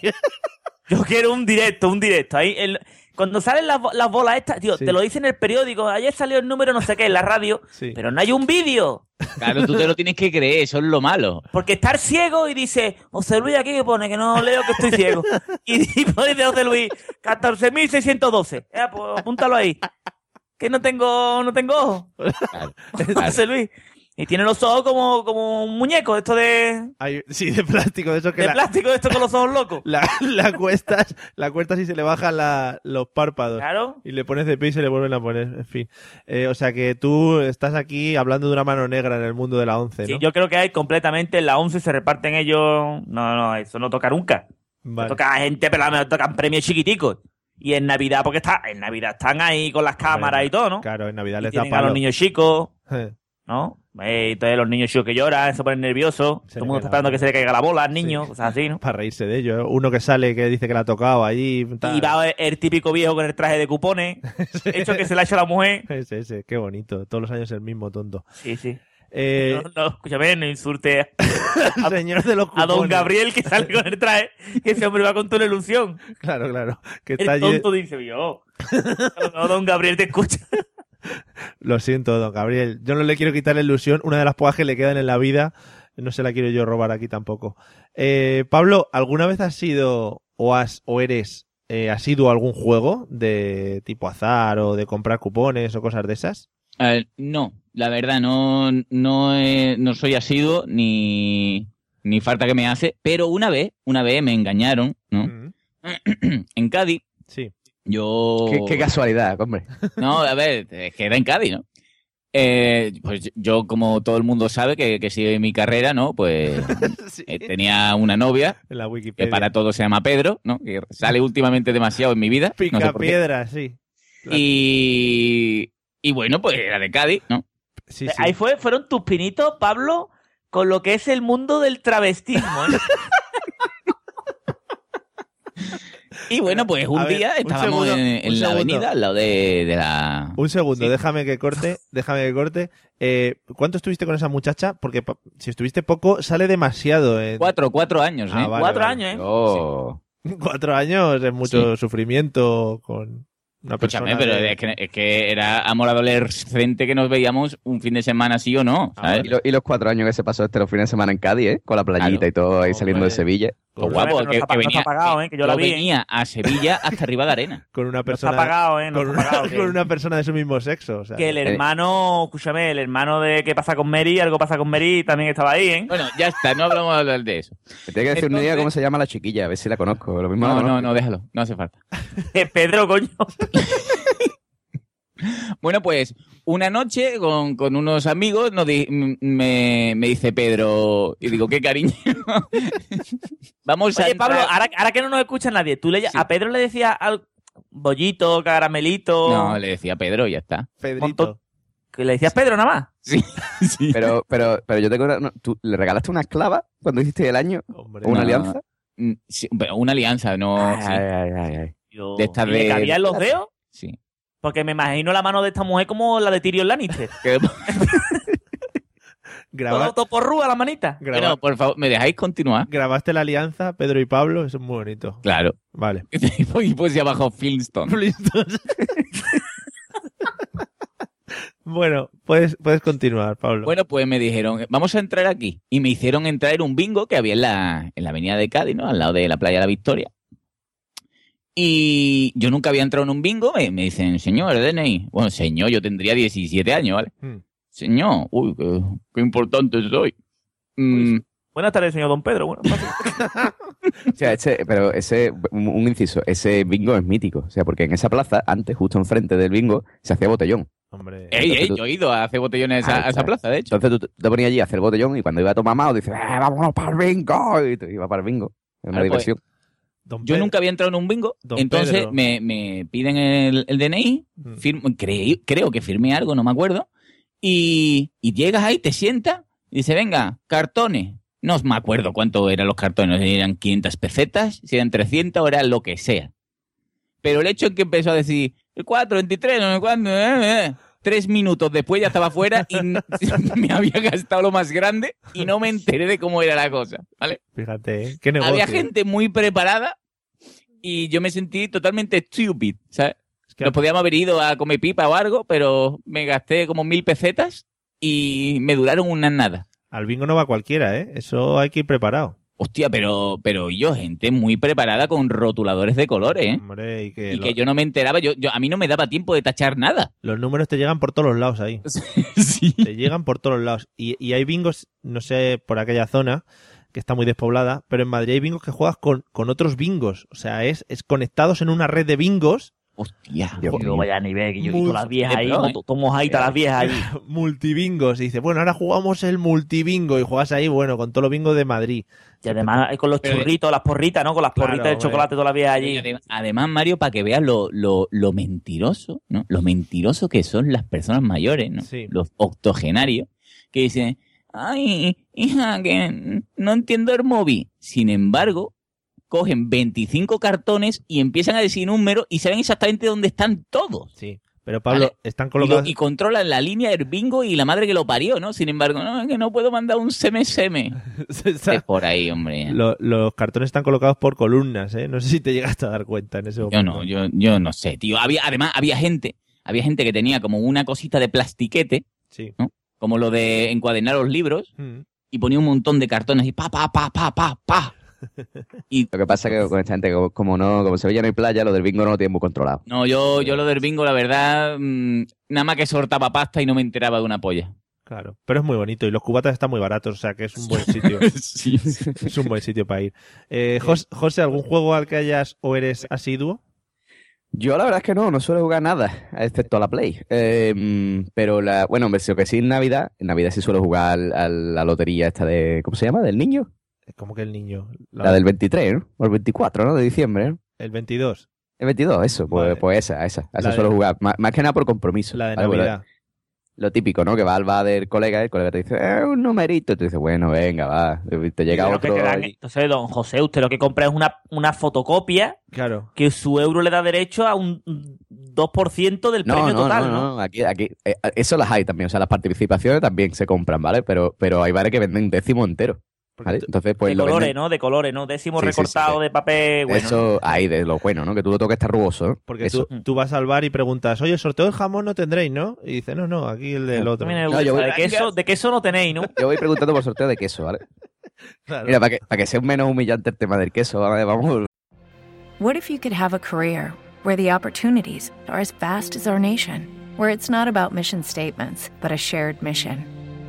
Yo quiero un directo, un directo. Ahí el- cuando salen las, bo- las bolas estas, tío,
Sí.
te lo dicen en el periódico, ayer salió el número no sé qué en la radio,
Sí.
pero no hay un vídeo.
Claro, tú te lo tienes que creer, eso es lo malo.
Porque estar ciego y dice, José Luis aquí que pone que no leo que estoy ciego. Y, y pone de José Luis, 14.612. Eh, pues apúntalo ahí. Que no tengo, no tengo ojos.
Claro.
José Luis. Y tiene los ojos como, como un muñeco, esto de,
Hay- sí, de plástico, de eso que
de
la,
plástico esto con los ojos locos.
la, la cuestas, la cuestas y se le bajan la- los párpados.
Claro.
Y le pones de pie y se le vuelven a poner, en fin. Eh, o sea que tú estás aquí hablando de una mano negra en el mundo de la once,
Sí,
¿no?
yo creo que hay completamente en la 11 se reparten ellos. No, no, eso no toca nunca.
Vale.
Toca a gente, pero me tocan premios chiquiticos. Y en Navidad, porque está, en Navidad están ahí con las cámaras
Hombre,
y todo, ¿no?
Claro, en Navidad
Y
les da
tienen a los
palo.
niños chicos,
Eh,
¿no? Eh, Y todos los niños chicos que lloran, se ponen nerviosos.
Se le
todo el mundo
cae la
está esperando
bola.
que se le caiga la bola al niño, cosas así, ¿no?
Para reírse de ellos. ¿eh? Uno que sale que dice que la ha tocado allí. tal.
Y va el- el típico viejo con el traje de cupones, hecho que se le ha hecho la mujer.
Ese, ese, qué bonito. Todos los años el mismo tonto.
Sí, sí.
Eh,
No, no, escúchame, no insulte
el señor de los
a don
cupones.
Gabriel que sale con el traje, que ese hombre va con toda la ilusión.
Claro, claro. Que está
El
allí.
tonto dice, yo. No, don Gabriel te escucha.
Lo siento, don Gabriel. Yo no le quiero quitar la ilusión. Una de las pocas que le quedan en la vida. No se la quiero yo robar aquí tampoco. Eh, Pablo, ¿alguna vez has sido o has o eres eh, has ido a algún juego de tipo azar o de comprar cupones o cosas de esas?
A ver, no, la verdad, no, no, he- no soy asiduo ni, ni falta que me hace, pero una vez, una vez me engañaron, ¿no?
Mm,
en Cádiz,
Sí.
yo...
Qué, qué casualidad, hombre.
No, a ver, es que era en Cádiz, ¿no? Eh, pues yo, como todo el mundo sabe que, que sigue mi carrera, ¿no? Pues
Sí,
eh, tenía una novia,
En la
que
Wikipedia.
Eh, para todo se llama Pedro, ¿no? Que sale últimamente demasiado en mi vida. no sé
Pica
por qué.
piedra, sí.
Y, y bueno, pues era de Cádiz, ¿no? Eh,
Sí, sí.
Ahí fue, fueron tus pinitos, Pablo, con lo que es el mundo del travestismo. ¿eh?
Y bueno, pues un
A ver,
día
un
estábamos
segundo,
en,
un
en
segundo.
la avenida al lado de, de la.
Un segundo,
Sí.
déjame que corte, déjame que corte. Eh, ¿Cuánto estuviste con esa muchacha? Porque pa- si estuviste poco, sale demasiado. eh.
Cuatro, cuatro años,
Ah,
¿eh?
vale,
Cuatro
vale.
años, ¿eh?
Oh.
Cuatro años es mucho sufrimiento con una persona.
Escúchame, pero
de-
es que, es que era amor adolescente que nos veíamos un fin de semana sí o no,
Ah,
¿sabes?
Y, lo- y los cuatro años que se pasó este los fines de semana en Cádiz, ¿eh? Con la playita
Claro.
y todo ahí
Hombre.
saliendo de Sevilla.
Pues
con,
guau.
guapo,
Pero no
que,
está pa-
que
no
venía,
está pagado, ¿eh? Que yo la vi, ¿eh?
venía a Sevilla hasta arriba de arena.
con una
No está
persona.
pagado, ¿eh? No
con,
está
una,
pagado, que-
con una persona de su mismo sexo. o sea,
Que el
Eh.
hermano, escúchame, el hermano de ¿Qué pasa con Mary? Algo pasa con Mary, también estaba ahí, ¿eh?
Bueno, ya está, no hablamos de hablar de eso.
Me tiene que decir un día
Entonces-
cómo se llama la chiquilla, a ver si la conozco. Lo mismo la
No,
conozco.
no, no, déjalo, no hace falta.
Pedro, coño.
Bueno, pues una noche con, con unos amigos nos di- m- me, me dice Pedro, y digo, qué cariño. Vamos a
Oye, Pablo,
entrar-
ahora, ahora que no nos escucha nadie, tú le,
Sí.
a Pedro le decías al bollito, caramelito,
No, le decía Pedro, y ya está.
Pedrito.
que le decías Pedro nada más.
Pero, pero, pero yo tengo una. no, ¿Tú le regalaste una esclava cuando hiciste el año?
Hombre,
¿O una
No,
alianza?
Mm, sí, pero una alianza, no. sí,
Yo-
De esta
¿Y le
de-
cabían los dedos?
sí.
Porque me imagino la mano de esta mujer como la de Tyrion Lannister.
Que-
graba-
Todo, todo porrúa la manita.
graba-
Bueno, por favor, ¿me dejáis continuar?
grabaste la alianza, Pedro y Pablo, eso es muy bonito.
Claro.
Vale.
y pues ya bajo Filmstone.
Listos. bueno, puedes, puedes continuar, Pablo.
Bueno, pues me dijeron, vamos a entrar aquí. Y me hicieron entrar en un bingo que había en la, en la avenida de Cádiz, ¿no? Al lado de la playa de la Victoria. Y yo nunca había entrado en un bingo. Me, me dicen, señor, DNI. Bueno, señor, yo tendría 17 años, ¿vale?
Hmm.
Señor, uy, qué, qué importante soy. Mm,
Buenas tardes, señor Don Pedro. Bueno,
O sea, ese- pero ese, un, un inciso, ese bingo es mítico. O sea, porque en esa plaza, antes, justo enfrente del bingo, se hacía botellón.
Hombre.
ey, ey, yo he ido a hacer botellones a,
Ah,
a esa
claro.
plaza, de hecho.
Entonces tú te- te ponías allí a hacer botellón y cuando iba a tomar más, dices, "Ah, vámonos para el bingo. Y te iba para el bingo. Era una
Claro, pues,
diversión.
Don
Yo
Pedro.
nunca había entrado en un bingo,
Don
entonces
Pedro.
me, me piden el, el DNI,
Mm.
firmo- creí- creo que firmé algo, no me acuerdo, y, y llegas ahí, te sientas, y dice, venga, cartones. No me acuerdo cuánto eran los cartones, si eran 500 pesetas, si eran 300, o era lo que sea. Pero el hecho es que empezó a decir, 4, 23, no sé cuándo, eh, eh", tres minutos después ya estaba fuera y n- me había gastado lo más grande y no me enteré de cómo era la cosa, ¿vale?
Fíjate, ¿eh? qué negocio.
Había gente muy preparada y yo me sentí totalmente stupid, ¿sabes?
Es que-
Nos podíamos haber ido a comer pipa o algo, pero me gasté como mil pesetas y me duraron unas nada.
Al bingo no va cualquiera, ¿eh? Eso hay que ir preparado.
Hostia, pero, pero yo, gente muy preparada con rotuladores de colores, ¿eh?
Hombre, y que,
Y
lo-
que yo no me enteraba, yo, yo- a mí no me daba tiempo de tachar nada.
los números te llegan por todos los lados ahí.
Sí.
te llegan por todos los lados. Y, y hay bingos, no sé, por aquella zona, que está muy despoblada, pero en Madrid hay bingos que juegas con, con otros bingos. O sea, es, es conectados en una red de bingos,
Hostia.
Dios mío.
Pero pues, vaya nivel, que yo he
Muy
visto las viejas ahí,
pro,
como
¿eh?
to- como ahí, todas las viejas ahí.
multibingos. Y dices, bueno, ahora jugamos el multibingo y juegas ahí, bueno, con todos los bingos de Madrid.
Y además eh, con los
Pero-
churritos, las porritas, ¿no? Con las
Claro,
porritas de
hombre.
chocolate todas las viejas
Y
allí.
adem- Además, Mario, para que veas lo, lo, lo mentiroso, ¿no? Lo mentiroso que son las personas mayores, ¿no?
Sí.
Los octogenarios, que dicen, ay, hija, que no entiendo el móvil. Sin embargo, cogen 25 cartones y empiezan a decir números y saben exactamente dónde están todos.
Sí. Pero Pablo,
Vale.
están
Y, lo-
colocados.
y controlan la línea del bingo y la madre que lo parió, ¿no? Sin embargo, no, es que no puedo mandar un seme-seme.
Está-
Es por ahí, hombre.
lo- los cartones están colocados por columnas, ¿eh? No sé si te llegaste a dar cuenta en ese momento.
Yo no, yo, yo no sé, tío. Había, además, había gente, había gente que tenía como una cosita de plastiquete,
Sí.
como lo de encuadernar los libros,
Mm.
y ponía un montón de cartones y pa, pa, pa, pa, pa, pa.
Lo que pasa es que con esta gente, como, como no, como en Sevilla no hay playa, lo del bingo no lo tienen muy controlado.
No, yo, yo lo del bingo, la verdad, mm, nada más que sortaba pasta y no me enteraba de una polla.
Claro, pero es muy bonito y los cubatas están muy baratos, o sea que es un buen sitio.
Sí.
es un buen sitio para ir. Eh, Jos- José, ¿algún juego al que hayas o eres asiduo?
Yo la verdad es que no, no suelo jugar nada, excepto a la Play. Eh, mm, pero la, bueno, hombre, si lo que sí en Navidad, en Navidad sí suelo jugar al- a la lotería esta de, ¿cómo se llama? ¿Del niño?
Eh, Como que el niño. La-
La del 23, ¿no? O el 24, ¿no? De diciembre, ¿no?
El 22,
El 22, eso, pues,
Vale.
pues esa, esa. A
La
esa
de-
suelo jugar. Má- Más, que nada por compromiso.
la de
¿vale? Porque
Navidad.
lo típico, ¿no? Que va al bar del colega, el colega te dice, eh, un numerito. Tú dices, bueno, venga, va. Y Te llega
Pero que
otro.
quedan-
ahí.
entonces, don José, usted lo que compra es una, una fotocopia
Claro.
que su euro le da derecho a un 2% del
No,
premio
no,
total,
no,
¿no?
no, Aquí, aquí, eh, eso las hay también. O sea, las participaciones también se compran, ¿vale? Pero, pero hay bares que venden décimo entero. ¿Vale? Entonces, pues
de
lo
colores,
venden-
¿no? De colores, ¿no? Décimo
Sí, sí, sí,
recortado
sí.
de papel, bueno.
Eso, ahí, de lo bueno, ¿no? Que tú lo toques está rugoso, ¿no?
Porque
Eso.
tú, tú vas al bar y preguntas, oye, sorteo de jamón no tendréis, ¿no? Y dice, no, no, aquí el del otro.
Mira,
No, yo voy-
de, queso, de queso no tenéis, ¿no?
Yo voy preguntando por sorteo de queso, ¿vale?
Claro.
Mira, para que, para que sea menos humillante el tema del queso, ¿vale? vamos.
What if you could have a career where the opportunities are as vast as our nation, where it's not about mission statements, but a shared mission?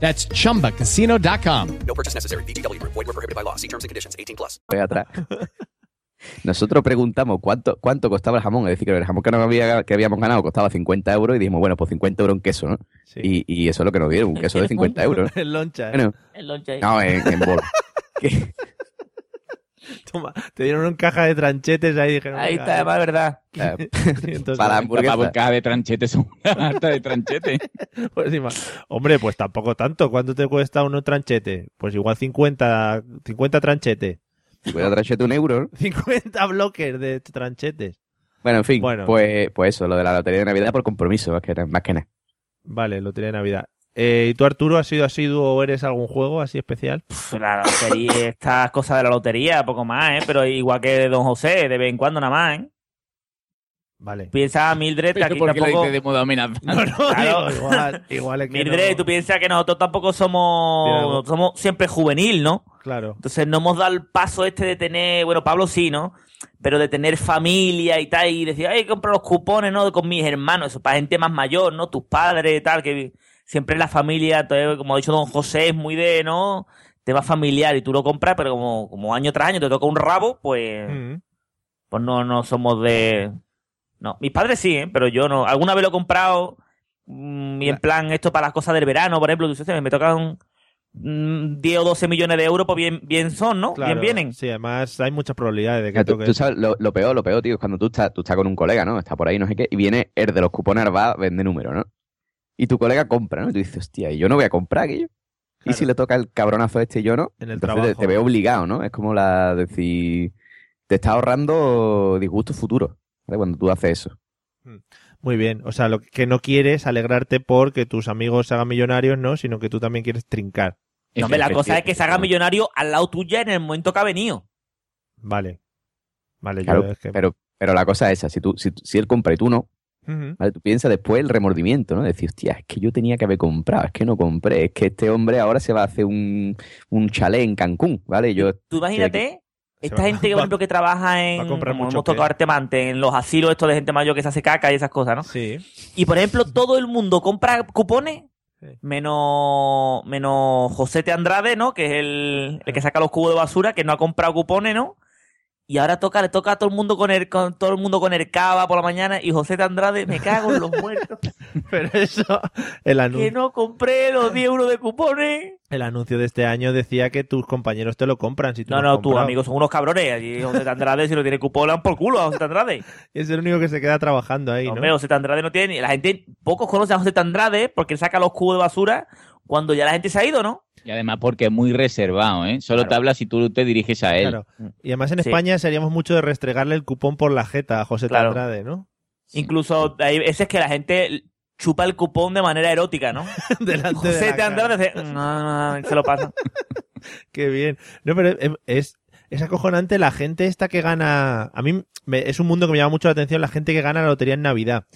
That's chumbacasino.com.
No purchase necessary. VGW Group. Void were prohibited by law. See terms and conditions. 18 plus.
Voy atrás. Nosotros preguntamos cuánto, cuánto costaba el jamón. Es decir, que el jamón que, nos había, que habíamos ganado costaba 50 euros y dijimos, bueno, pues 50 euros en queso, ¿no?
Sí.
Y, y eso es lo que nos dieron, un queso de 50 euros.
El loncha. ¿eh?
Bueno,
El lonche ahí.
no, en, en bol. Que-
Toma, te dieron una caja de tranchetes ahí. Dijeron,
Ahí
"Venga,
está, además, verdad.
eh,
500
para
dólares".
hamburguesa.
La boca de tranchete son una harta de tranchete.
Por encima. Hombre, pues tampoco tanto. ¿Cuánto te cuesta uno tranchete? Pues igual 50, 50 tranchetes.
voy a traerte un euro, ¿no?
50 bloques de tranchetes.
Bueno, en fin,
Bueno.
Pues, pues eso, lo de la lotería de Navidad por compromiso, más que, na- más que nada.
Vale, lotería de Navidad. Eh, ¿Y tú, Arturo, has sido asiduo o eres algún juego así especial?
Pff, La lotería, estas cosas de la lotería, poco más, ¿eh? Pero igual que Don José, de vez en cuando nada más, ¿eh?
Vale.
Piensa Mildred que
Pero
aquí
¿Por qué lo
tampoco...
dices de modo amenazante?
No, no,
Claro.
digo, igual, igual es que
Mildred,
no-
tú piensas que nosotros tampoco somos...
Tiramos.
Somos siempre juvenil, ¿no?
Claro.
Entonces no hemos dado el paso este de tener, bueno, Pablo sí, ¿no? Pero de tener familia y tal, y decir, ay, compro los cupones, ¿no? Con mis hermanos, eso para gente más mayor, ¿no? Tus padres, tal, que siempre la familia, entonces, como ha dicho don José, es muy de, ¿no? Tema familiar y tú lo compras, pero como, como año tras año te toca un rabo, pues,
Mm.
pues no, no somos de... No, mis padres sí, ¿eh? pero yo no. Alguna vez lo he comprado mm, y en plan esto para las cosas del verano, por ejemplo, tú dices, "Hostia, me tocan mm, 10 o 12 millones de euros, pues bien, bien son, ¿no?
Claro.
Bien vienen.
Sí, además hay muchas probabilidades de
Ya,
que
tú,
toque.
tú sabes, lo, lo peor, lo peor, tío, es cuando tú estás, tú estás con un colega, ¿no? Está por ahí, no sé qué, y viene el de los cupones, va, vende número, ¿no? Y tu colega compra, ¿no? Y tú dices, hostia, ¿y yo no voy a comprar aquello. Y
Claro.
si le toca el cabronazo este y yo no,
En el
entonces te,
trabajo.
te veo obligado, ¿no? Es como la decir, te está ahorrando disgustos futuros, ¿vale? Cuando tú haces eso.
Muy bien. O sea, lo que no quieres alegrarte porque tus amigos se hagan millonarios, no, sino que tú también quieres trincar.
No, hombre, la
Efectivamente.
cosa es que se
Este,
haga millonario al lado tuya en el momento que ha venido.
Vale. Vale,
Claro,
yo es que.
Pero, pero la cosa es esa, si, tú, si, si él compra y tú no,
Ujú.
¿vale? Tú piensas después el remordimiento, ¿no? Decir, hostia, es que yo tenía que haber comprado, es que no compré, es que este hombre ahora se va a hacer un, un chalet en Cancún, ¿vale? Yo
Tú imagínate,
Se
esta
va-
gente que, por
va-
ejemplo, que trabaja
va
en,
a comprar
como
mucho
hemos tocado
que-
antes, en los asilos estos de gente mayor que se hace caca y esas cosas, ¿no?
Sí.
Y por ejemplo, todo el mundo compra cupones,
Sí.
menos, menos Josete Andrade, ¿no? Que es el, el que saca los cubos de basura, que no ha comprado cupones, ¿no? Y ahora toca, le toca a todo el mundo con el, con todo el mundo con el cava por la mañana y Josete Andrade, me cago en los muertos,
Pero eso, el
que
anuncio,
no compré los 10 euros de cupones.
el anuncio de este año decía que tus compañeros te lo compran. Si tú
No,
lo has
no, tus
comprado.
amigos son unos cabrones. Allí José Andrade, si no tiene cupón, le dan por culo a José Andrade.
Es el único que se queda trabajando ahí, ¿no?
Hombre, José Andrade no tiene. ni- La gente, pocos conocen a José Andrade porque él saca los cubos de basura cuando ya la gente se ha ido, ¿no?
Y además porque es muy reservado, ¿eh? Solo te habla si tú te diriges a él.
Claro. Y además en
Mm. Sí.
España seríamos mucho de restregarle el cupón por la jeta a José
Claro.
Andrade, ¿no?
Incluso hay veces que la gente chupa el cupón de manera erótica, ¿no?
Delante de
José
la
de Andrade
cara.
dice, no, no, no, se lo pasa.
Qué bien. No, pero es, es, es acojonante la gente esta que gana. A mí me- es un mundo que me llama mucho la atención la gente que gana la lotería en Navidad.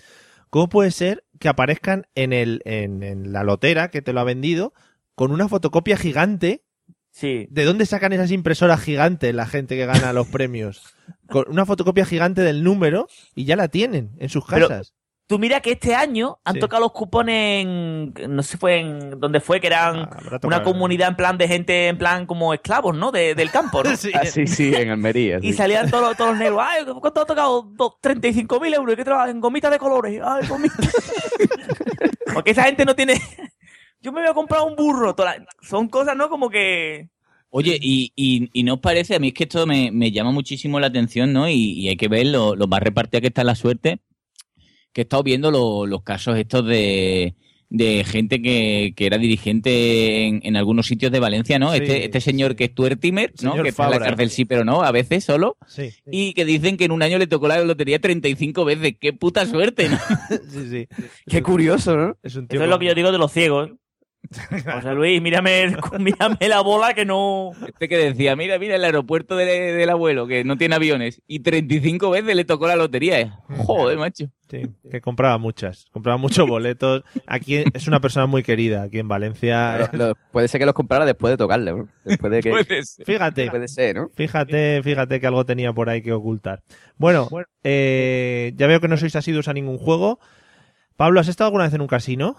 ¿Cómo puede ser que aparezcan en, el, en, en la lotera que te lo ha vendido con una fotocopia gigante?
Sí.
¿De dónde sacan esas impresoras gigantes la gente que gana los premios? Con una fotocopia gigante del número y ya la tienen en sus
Pero-
casas.
Tú mira que este año han
Sí.
tocado los cupones en, no sé fue en donde fue, que eran
Ah, habrá
una
tocado-
comunidad en plan de gente, en plan como esclavos, ¿no? De- del campo, ¿no?
Sí.
Ah, sí, sí, en Almería.
Y
sí.
salían todos, los- todos los negros. Ay, ¿cuánto ha tocado? Dos- 35.000 euros. ¿Qué trabajas? En gomitas de colores. Ay, gomitas. Porque esa gente no tiene... Yo me voy a comprar un burro. Toda la- Son cosas, ¿no? Como que...
Oye, y, y, y no os parece, a mí es que esto me, me llama muchísimo la atención, ¿no? Y, y hay que ver lo, lo más repartida que está la suerte, que he estado viendo lo- los casos estos de, de gente que, que era dirigente en, en algunos sitios de Valencia, ¿no?
Sí,
este, este señor
sí.
que es Tuertimer, ¿no?
Señor
que está en la
Fabra.
cárcel sí, pero no, a veces solo.
Sí,
Y que dicen que en un año le tocó la lotería 35 veces. ¡Qué puta suerte! ¿no?
sí, sí.
Qué curioso, ¿no?
Es un tío
Eso es lo
con-
que yo digo de los ciegos. José Luis, mírame, el- mírame la bola que no...
Este que decía, mira, mira, el aeropuerto de- del abuelo, que no tiene aviones. Y 35 veces le tocó la lotería. Joder, macho.
Sí, que compraba muchas, compraba muchos boletos. Aquí es una persona muy querida, aquí en Valencia.
Lo- lo- puede ser que los comprara después de tocarle, bro. Después de que.
Puede ser.
Fíjate,
puede ser, ¿no?
fíjate, fíjate que algo tenía por ahí que ocultar. Bueno, eh, ya veo que no sois asiduos a ningún juego. Pablo, ¿has estado alguna vez en un casino?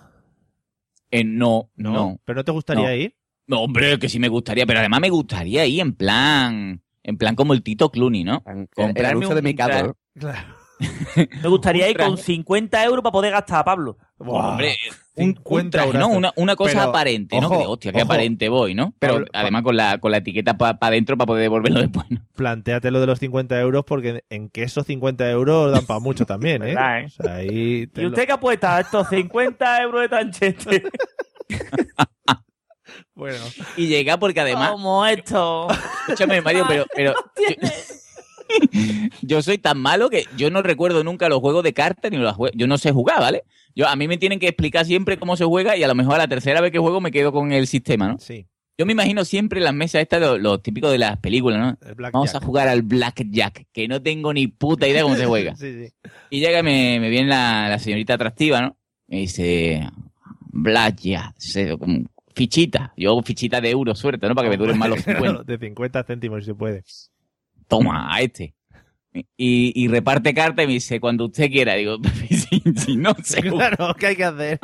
Eh, no, no,
¿Pero no te gustaría
No.
ir?
No, Hombre, que sí me gustaría, pero además me gustaría ir en plan, en plan como el Tito Clooney, ¿no?
El- El
Comprarme
anuncio
un
de mi
tra-
carro.
Claro.
Me gustaría ir
traje.
con 50 euros para poder gastar, Pablo.
Hombre, un, un
50
traje, ¿no?
euros.
Una, una cosa
Pero,
aparente, ¿no?
ojo,
De, hostia, qué
ojo.
aparente voy, ¿no? Pero
Pablo, Pa-
además con la, con la etiqueta para adentro para poder devolverlo después, ¿no?
Plantéate lo de los 50 euros porque en que esos 50 euros dan para mucho también, ¿eh?
¿Verdad, eh?
O sea, ahí te
¿Y
lo-
usted qué apuesta? Estos 50 euros de tanchete.
Bueno,
Y llega porque además,
Como esto.
escúchame Mario, pero, pero yo, yo soy tan malo que yo no recuerdo nunca los juegos de cartas ni los jue- yo no sé jugar, ¿vale? Yo, a mí me tienen que explicar siempre cómo se juega y a lo mejor a la tercera vez que juego me quedo con el sistema, ¿no?
sí,
Yo me imagino siempre las mesas estas, los típicos de las películas, ¿no?
el Black
Vamos a jugar al Blackjack, que no tengo ni puta idea cómo se juega.
Sí, sí.
Y llega y me, me viene la, la señorita atractiva, ¿no? Me dice, Blackjack, se- como fichita. Yo fichita de euros, suerte, ¿no? Para que me duren más los 50.
De 50 céntimos si se puede.
Toma, a este. Y, y reparte carta y me dice, cuando usted quiera. Digo, si, si no sé.
Claro, ¿qué hay que hacer?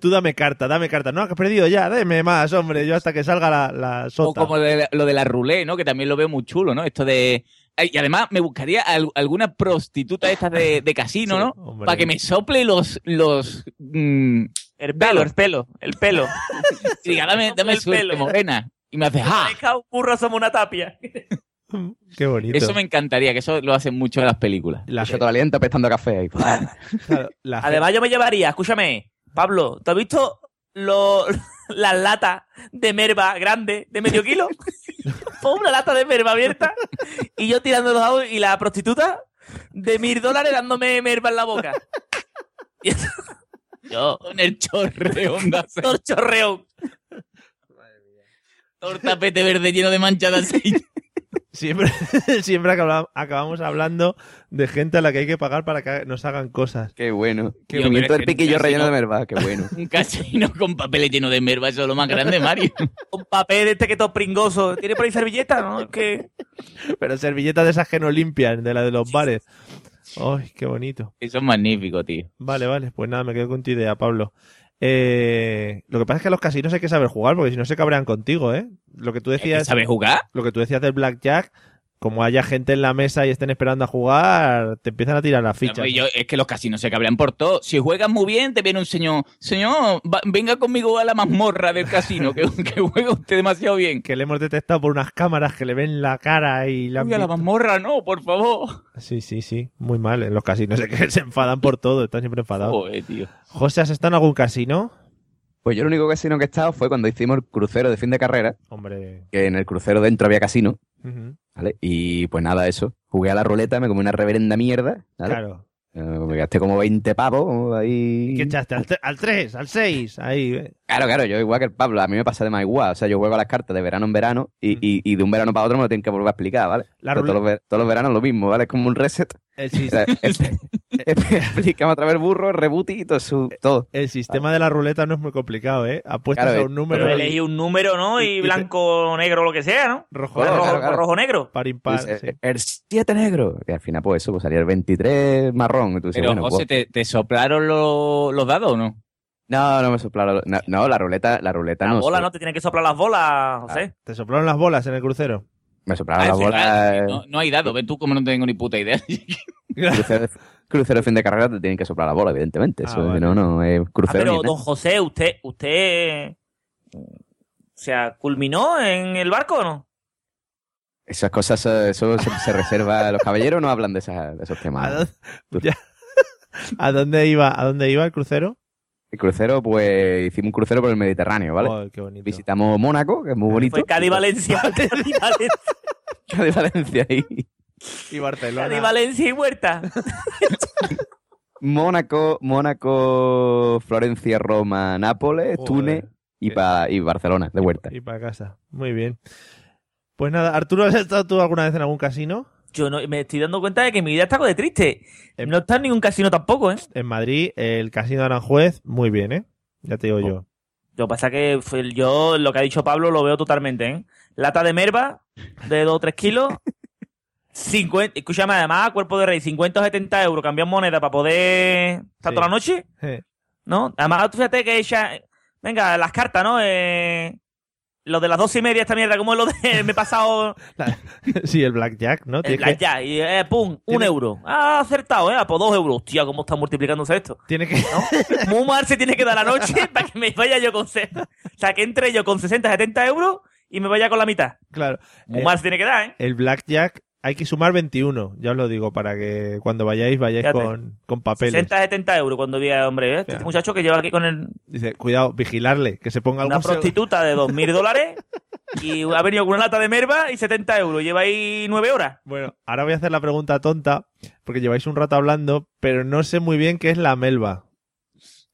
Tú dame carta, dame carta. No, que has perdido ya, dame más, hombre. Yo hasta que salga la, la
O
sota.
como de la- lo de la roulette, ¿no? Que también lo veo muy chulo, ¿no? Esto de... Ay, Y además me buscaría al- alguna prostituta de estas de, de casino, ¿no?
Hombre.
Para que me sople los... los mm,
El pelo, el pelo, el pelo.
y diga, dame, dame
El
suerte,
pelo.
morena. Y me hace, ¡ah!
Deja un burro somos una tapia.
Qué bonito.
Eso me encantaría, que eso lo hacen mucho en las películas.
La,
Yo todavía está apestando a café ahí.
claro, la gente-
Además, yo me llevaría, escúchame, Pablo, ¿tú has visto lo- las latas de merva grande de medio kilo? Pon una lata de merva abierta y yo tirando los dados y la prostituta de mil dólares dándome merva en la boca. Y eso- yo,
Con el chorreo, onda, se-
todo chorreón.
todo el tapete verde lleno de manchas de aceite.
Siempre, siempre acabamos, acabamos hablando de gente a la que hay que pagar para que nos hagan cosas.
Qué bueno. Qué
Qué bueno,
bonito
pero es
el
que
piquillo
nunca ha
relleno de
sido-
merva. Qué bueno.
Un casino con papeles llenos de merva, eso es lo más grande, Mario.
Con papel de este que todo pringoso. ¿Tiene por ahí servilleta? ¿No? Es que...
Pero servilletas de esas que no limpian, de la de los bares. Ay, qué bonito.
Eso es magnífico, tío.
Vale, vale. Pues nada, me quedo con tu idea, Pablo. Eh, lo que pasa es que a los casinos hay que saber jugar, porque si no se cabrean contigo, ¿eh? Lo que tú decías.
¿Sabes jugar?
lo que tú decías del blackjack, como haya gente en la mesa y estén esperando a jugar, te empiezan a tirar las fichas.
Hombre, yo- es que los casinos se cabrean por todo. Si juegas muy bien, te viene un señor. Señor, va- venga conmigo a la mazmorra del casino, que, que juega usted demasiado bien.
Que le hemos detectado por unas cámaras que le ven la cara y la... han
Uy, a la
visto.
mazmorra, no, por favor.
Sí, sí, sí. Muy mal. En los casinos es que se enfadan por todo. Están siempre enfadados.
Joder, tío.
José, ¿has estado en algún casino?
Pues yo el único casino que he estado fue cuando hicimos el crucero de fin de carrera,
Hombre.
que en el crucero dentro había casino,
Ujú.
¿vale? Y pues nada, eso. Jugué a la ruleta, me comí una reverenda mierda, ¿vale?
Claro.
Eh, me gasté como 20 pavos ahí.
¿Y qué echaste? ¿Al, 3? ¿Al 6? Ahí. eh.
Claro, claro, yo igual que el Pablo, a mí me pasa de más igual. O sea, yo juego a las cartas de verano en verano y, y- y de un verano para otro me lo tienen que volver a explicar, ¿vale?
La
Pero
ruleta-
todos, los, ve- todos los veranos lo mismo, ¿vale? Es como un reset.
El,
Era-
sis-
Explícame otra vez burro, rebuti y todo. su- todo.
el sistema de la ruleta no es muy complicado, ¿eh? Apuestas
Claro,
a un número
Pero
Pero-
elegí un número, ¿no?
y- y
Y
te-
blanco, negro, lo que sea, ¿no?
rojo,
Claro,
rojo,
claro, claro.
rojo, negro.
par impar.
Dices,
sí.
El 7 negro. Y al final, pues eso, pues salía el 23 marrón. Y tú dices,
Pero,
bueno,
José,
pues-
¿te, te soplaron lo- los dados o no?
no, no me soplaron. No, no, la ruleta, la ruleta
La
no.
bola,
so-
¿no? Te tienen que soplar las bolas, José.
¿Te soplaron las bolas en el crucero?
Me soplaron
Ah,
la
sí,
bola.
ah, sí, no, no hay dados, ve tú como no tengo ni puta idea.
Crucero, crucero de fin de carrera te tienen que soplar la bola, evidentemente.
Ah,
Eso,
vale.
No, no, es
Ah,
crucero.
pero,
¿eh?
ni nada.
don José, usted, usted, mm, o sea, ¿culminó en el barco o no?
Esas cosas, eh, eso se, se reserva. Los caballeros no hablan de, esas, de esos
¿A
temas.
dónde, ya. ¿A dónde iba, ¿A dónde iba el crucero?
El crucero, pues hicimos un crucero por el Mediterráneo, ¿vale?
Joder, Oh, qué bonito.
Visitamos Mónaco, que es muy bonito.
Fue Cádiz-Valencia, Cádiz-Valencia,
Cádiz-Valencia y
Y Barcelona.
Cádiz-Valencia y Huerta.
Mónaco, Mónaco, Florencia, Roma, Nápoles,
Joder.
Túnez y, pa- y Barcelona, de vuelta.
Y para casa. Muy bien. Pues nada, Arturo, ¿has estado tú alguna vez en algún casino?
Yo no, me estoy dando cuenta de que mi vida está algo de triste.
Eh,
No está en ningún casino tampoco, ¿eh?
En Madrid, el casino de Aranjuez, muy bien, ¿eh? Ya te digo
Oh.
yo.
Lo que pasa que fue- yo lo que ha dicho Pablo lo veo totalmente, ¿eh? Lata de merva de 2 o 3 kilos. 50, escúchame, además, cuerpo de rey, 50 o 70 euros, cambiar moneda para poder estar
Sí.
toda la noche,
Eh,
¿no? Además, tú fíjate que ella. Venga, las cartas, ¿no? Eh, lo de las dos y media, esta mierda, como lo de. Me he pasado.
sí, el blackjack, ¿no?
el
Tienes que,
blackjack, y eh, pum, un
Tiene-
euro. Ah, acertado, ¿eh? Ah, Por dos euros. Hostia, ¿cómo está multiplicándose esto?
tienes que-
Muy mal se tiene que dar la noche para que me vaya yo con. se- O sea, que entre yo con 60, 70 euros y me vaya con la mitad.
claro.
Muy
Eh,
mal se tiene que dar, ¿eh?
El blackjack hay que sumar 21, ya os lo digo, para que cuando vayáis, vayáis
Fíjate.
con, con papeles.
60, 70 euros cuando vi a hombre, ¿eh? este
Claro.
muchacho que lleva aquí con el-
Dice, cuidado, vigilarle, que se ponga algo
una prostituta de 2.000 dólares y ha venido con una lata de merva y 70 euros. Lleva ahí 9 horas.
Bueno, ahora voy a hacer la pregunta tonta, porque lleváis un rato hablando, pero no sé muy bien qué es la melva.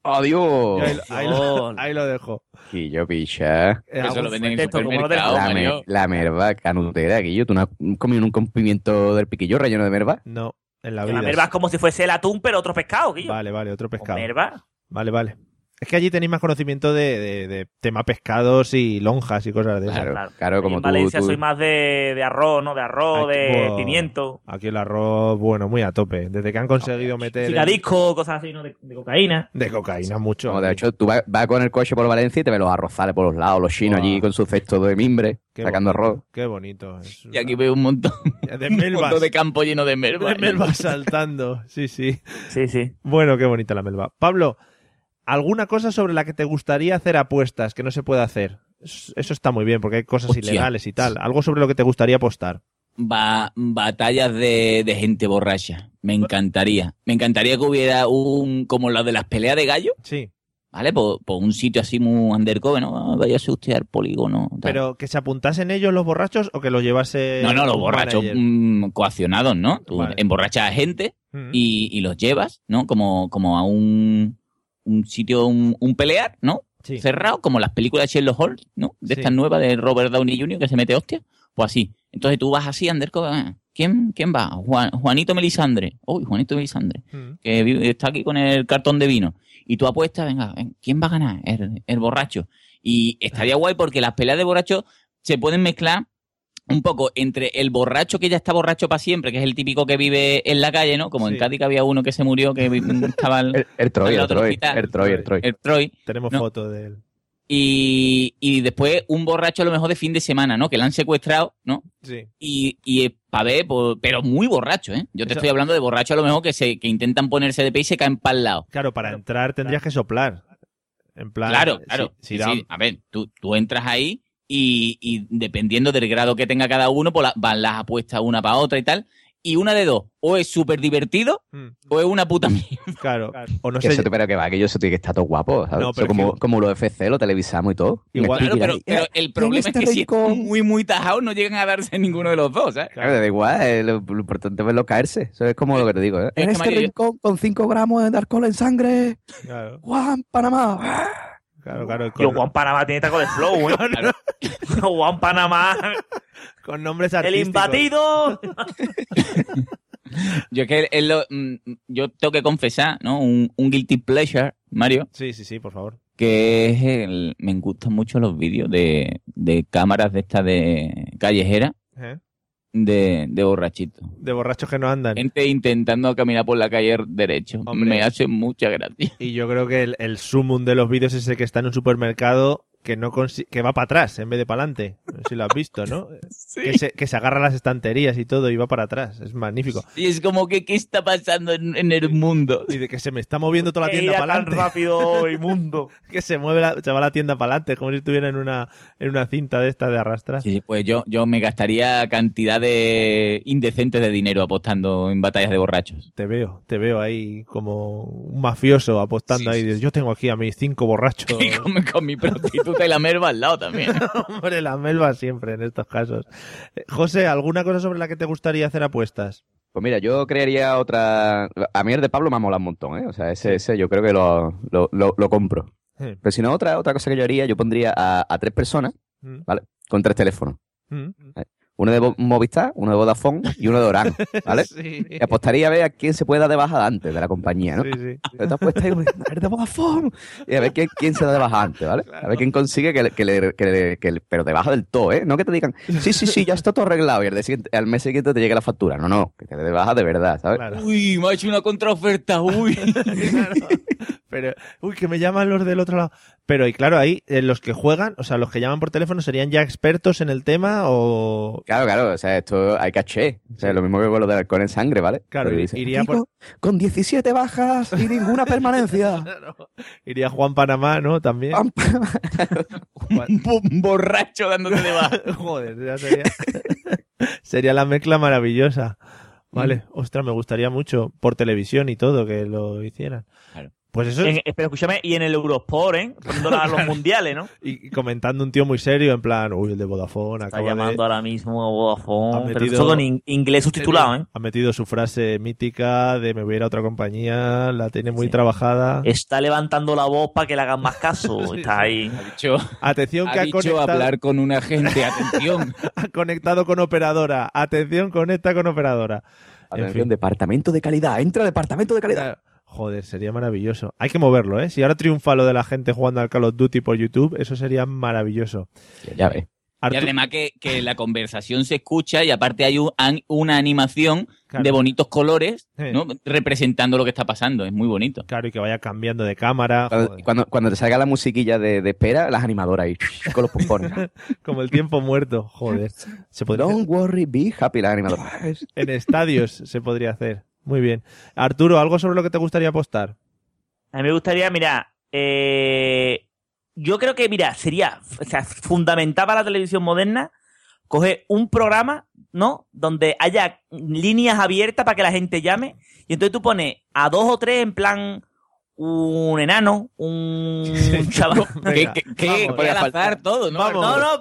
Yo ahí,
¡Adiós!
lo- ahí lo,
Dios.
ahí lo dejo.
Quillo, picha.
Eh,
Eso
algún-
lo venden en el
pretexto, como lo del
supermercado,
Oh,
la, mer-
Mario.
la merva canutera, Guillo. ¿Tú no has comido un compimiento del piquillo relleno de merva?
No, en la vida.
La merva es como si fuese el atún, pero otro pescado, Guillo.
Vale, vale, otro
Con
pescado.
merva.
Vale, vale. Es que allí tenéis más conocimiento de, de- de tema pescados y lonjas y cosas de esas.
Claro,
claro.
claro,
Ahí
como
en
tú.
Valencia
tú-
soy más de, de arroz, ¿no? De arroz,
Aquí,
de
wow.
pimiento,
Aquí el arroz, bueno, muy a tope. Desde que han conseguido meter... el-
cigadisco, cosas así, ¿no? De, de cocaína.
De cocaína mucho.
Como de
aquí.
hecho, tú vas vas con el coche por Valencia y te ves los arrozales por los lados, los chinos
Buah.
allí con su cesto de mimbre,
Qué
sacando
bonito,
arroz.
Qué bonito. Es
Y aquí
una-
veo un montón,
De
un
melvas.
montón de campo lleno de merva.
De melvas saltando. Sí, sí.
Sí, sí.
Bueno, qué bonita la melva. Pablo, ¿alguna cosa sobre la que te gustaría hacer apuestas que no se puede hacer? Es- Eso está muy bien, porque hay cosas
Hostia.
ilegales y tal. Algo sobre lo que te gustaría apostar.
Ba- batallas de, de gente borracha. Me encantaría. Me encantaría que hubiera un, como la de las peleas de gallo,
Sí.
¿vale? Por, por un sitio así muy undercover, ¿no? Ah, Váyase usted al polígono. tal.
Pero que se apuntasen ellos los borrachos o que los llevase.
no, no, los
un
borrachos
manager?
mm, coaccionados, ¿no? Tú
Vale.
emborrachas a gente
Mm.
y, y los llevas, ¿no? Como, como a un, un sitio, un, un pelear, ¿no?
Sí.
Cerrado, como las películas de Sherlock Holmes, ¿no? De
Sí.
estas nuevas de Robert Downey Jr. que se mete hostia. Pues así. Entonces tú vas así, undercover. ah, ¿Quién, quién va? Juan- Juanito Melisandre. Uy, Juanito Melisandre.
Mm.
Que vi- está aquí con el cartón de vino. Y tú apuestas, venga, ven, ¿quién va a ganar? El, el borracho. Y estaría guay porque las peleas de borrachos se pueden mezclar un poco entre el borracho que ya está borracho para siempre, que es el típico que vive en la calle, ¿no? Como
Sí.
en Cádiz que había uno que se murió, que vi- estaba el,
El, el Troy,
Al
el
lado del
Troy,
hospital.
el Troy, el Troy.
el Troy.
Tenemos
No.
foto de él.
Y, y después un borracho a lo mejor de fin de semana, ¿no? Que la han secuestrado, ¿no?
Sí.
Y, y para ver, pues, pero muy borracho, ¿eh? Yo te
Eso-
estoy hablando de borracho a lo mejor que se que intentan ponerse de pie y se caen para el lado.
Claro, para entrar tendrías que soplar. En plan.
Claro,
si-
claro.
si
Sí,
da-
sí. A ver, tú, tú entras ahí y, y dependiendo del grado que tenga cada uno, pues la- van las apuestas una para otra y tal. Y una de dos, o es súper divertido
Mm,
o es una puta mierda.
Claro. O no
Que
sé.
eso te- pero que va, que yo eso tiene que estar todo guapo, ¿sabes?
No,
Eso
pero
como,
que-
como los FC, lo televisamos y todo.
Igual-
Me
Claro,
explico,
pero,
y-
pero el problema es
este
que si
rico?
es muy, muy tajado, no llegan a darse ninguno de los dos, ¿sabes?
Claro, da igual, eh, lo, lo importante es verlo caerse. Eso es como lo que te digo, ¿eh?
Es que, Mario, yo-
rincón con 5 gramos de alcohol en sangre,
Claro,
Juan Panamá.
claro, claro. y Con,
Yo, Juan Panamá tiene taco de flow, ¿eh?
Claro.
Juan Panamá,
con nombres
el
artísticos.
imbatido.
Yo es que es lo- mm, yo tengo que confesar, ¿no? Un, un guilty pleasure, Mario,
Sí, sí, sí, por favor.
que es el, me gustan mucho los vídeos de, de cámaras de estas de callejera
¿Eh?
de, de borrachitos.
De borrachos que no andan.
Gente intentando caminar por la calle derecho.
Hombre.
Me hace mucha gracia.
Y yo creo que el, el sumum de los vídeos es el que está en un supermercado que no consi- que va para atrás en vez de para adelante. No sé si lo has visto, ¿no? Que, se, que se agarra a las estanterías y todo y va para atrás. Es magnífico.
Y es como que, ¿qué está pasando en, en el mundo?
Y de que se me está moviendo toda la
Qué
tienda
ida
para
tan
adelante.
rápido, inmundo.
Que se mueve la, se va la tienda para adelante, como si estuviera en una, en una cinta de esta de arrastrar.
Sí, pues yo, yo me gastaría cantidades indecentes de dinero apostando en batallas de borrachos.
Te veo, te veo ahí como un mafioso apostando ahí. Dices, Yo tengo aquí a mis cinco borrachos.
Y con, con mi prostituta y la merva al lado también.
Hombre, la melva siempre en estos casos. Eh, José, ¿alguna cosa sobre la que te gustaría hacer apuestas?
Pues mira, yo crearía otra. A mí el de Pablo me ha molado un montón, ¿eh? O sea, ese, ese yo creo que lo, lo, lo- lo compro.
Sí.
Pero si no, otra, otra cosa que yo haría, yo pondría a, a tres personas
Mm,
con tres teléfonos.
mm.
Uno de Vo- Movistar, uno de Vodafone y uno de Orange, ¿vale?
Sí.
Y apostaría a ver a quién se puede dar de baja antes de la compañía, ¿no?
Sí, sí.
Entonces te apuestas y dices, "A ver de Vodafone. Y a ver quién, quién se da de baja antes, ¿vale? A ver quién consigue que le, que le- que le- que le- Pero de baja del todo, ¿eh? No que te digan, sí, sí, sí, ya está todo arreglado y al, día siguiente- al mes siguiente te llegue la factura. No, no, que te dé de baja de verdad, ¿sabes?
Claro.
Uy, me ha hecho una contraoferta, uy.
Claro. Pero, uy, que me llaman los del otro lado. Pero, y claro, ahí eh, los que juegan, o sea, los que llaman por teléfono, ¿serían ya expertos en el tema o...?
Claro, claro, o sea, esto hay caché. O sea, lo mismo que con lo del alcohol en sangre, ¿vale?
Claro,
Pero
i-
dice,
iría
"Kiko, Con 17 bajas y ninguna permanencia.
Iría Juan Panamá, ¿no? También.
Pam, pam.
Un bo- un borracho dándote de baja.
Joder, ya sería... sería la mezcla maravillosa. Vale,
Mm.
ostras, me gustaría mucho por televisión y todo que lo hicieran.
Claro.
Pues eso,
En- eh, pero escúchame, y en el Eurosport, ¿eh? Poniendo a los mundiales, ¿no?
y y comentando un tío muy serio, en plan, uy, el de Vodafone
Está
acaba de-
llamando ahora mismo a
Ha
Vodafone, pero
metido-
eso con in- inglés subtitulado, ¿eh?
Ha metido su frase mítica de me voy a ir a otra compañía, la tiene muy
Sí.
trabajada.
Está levantando la voz para que le hagan más caso. Está ahí.
Ha dicho,
Atención que
ha
ha,
dicho
conectado,
hablar con un agente, atención.
ha conectado con operadora. Atención, conecta con operadora. En
Atención,
fin.
departamento de calidad. Entra departamento de calidad.
Joder, sería maravilloso. Hay que moverlo, ¿eh? Si ahora triunfa lo de la gente jugando al Call of Duty por YouTube, eso sería maravilloso.
Ya ves.
Y
Artu-
además que, que la conversación se escucha y aparte hay un- an- una animación
Claro.
de bonitos colores,
Sí.
¿no? Representando lo que está pasando, es muy bonito.
Claro, y que vaya cambiando de cámara.
Cuando,
joder,
cuando, cuando te salga la musiquilla de, de espera, las animadoras ahí, con los pompones.
como el tiempo muerto, joder. Se podría hacer
Don't worry, be happy, las animadoras.
en estadios, se podría hacer. Muy bien. Arturo, ¿algo sobre lo que te gustaría apostar?
A mí me gustaría, mira, eh, yo creo que, mira, sería o sea, fundamental para la televisión moderna coger un programa, ¿no? Donde haya líneas abiertas para que la gente llame. Y entonces tú pones a dos o tres en plan un enano, un chaval.
Venga,
que que- que-
vamos.
que al azar todo, ¿no?
Vamos.
No, no,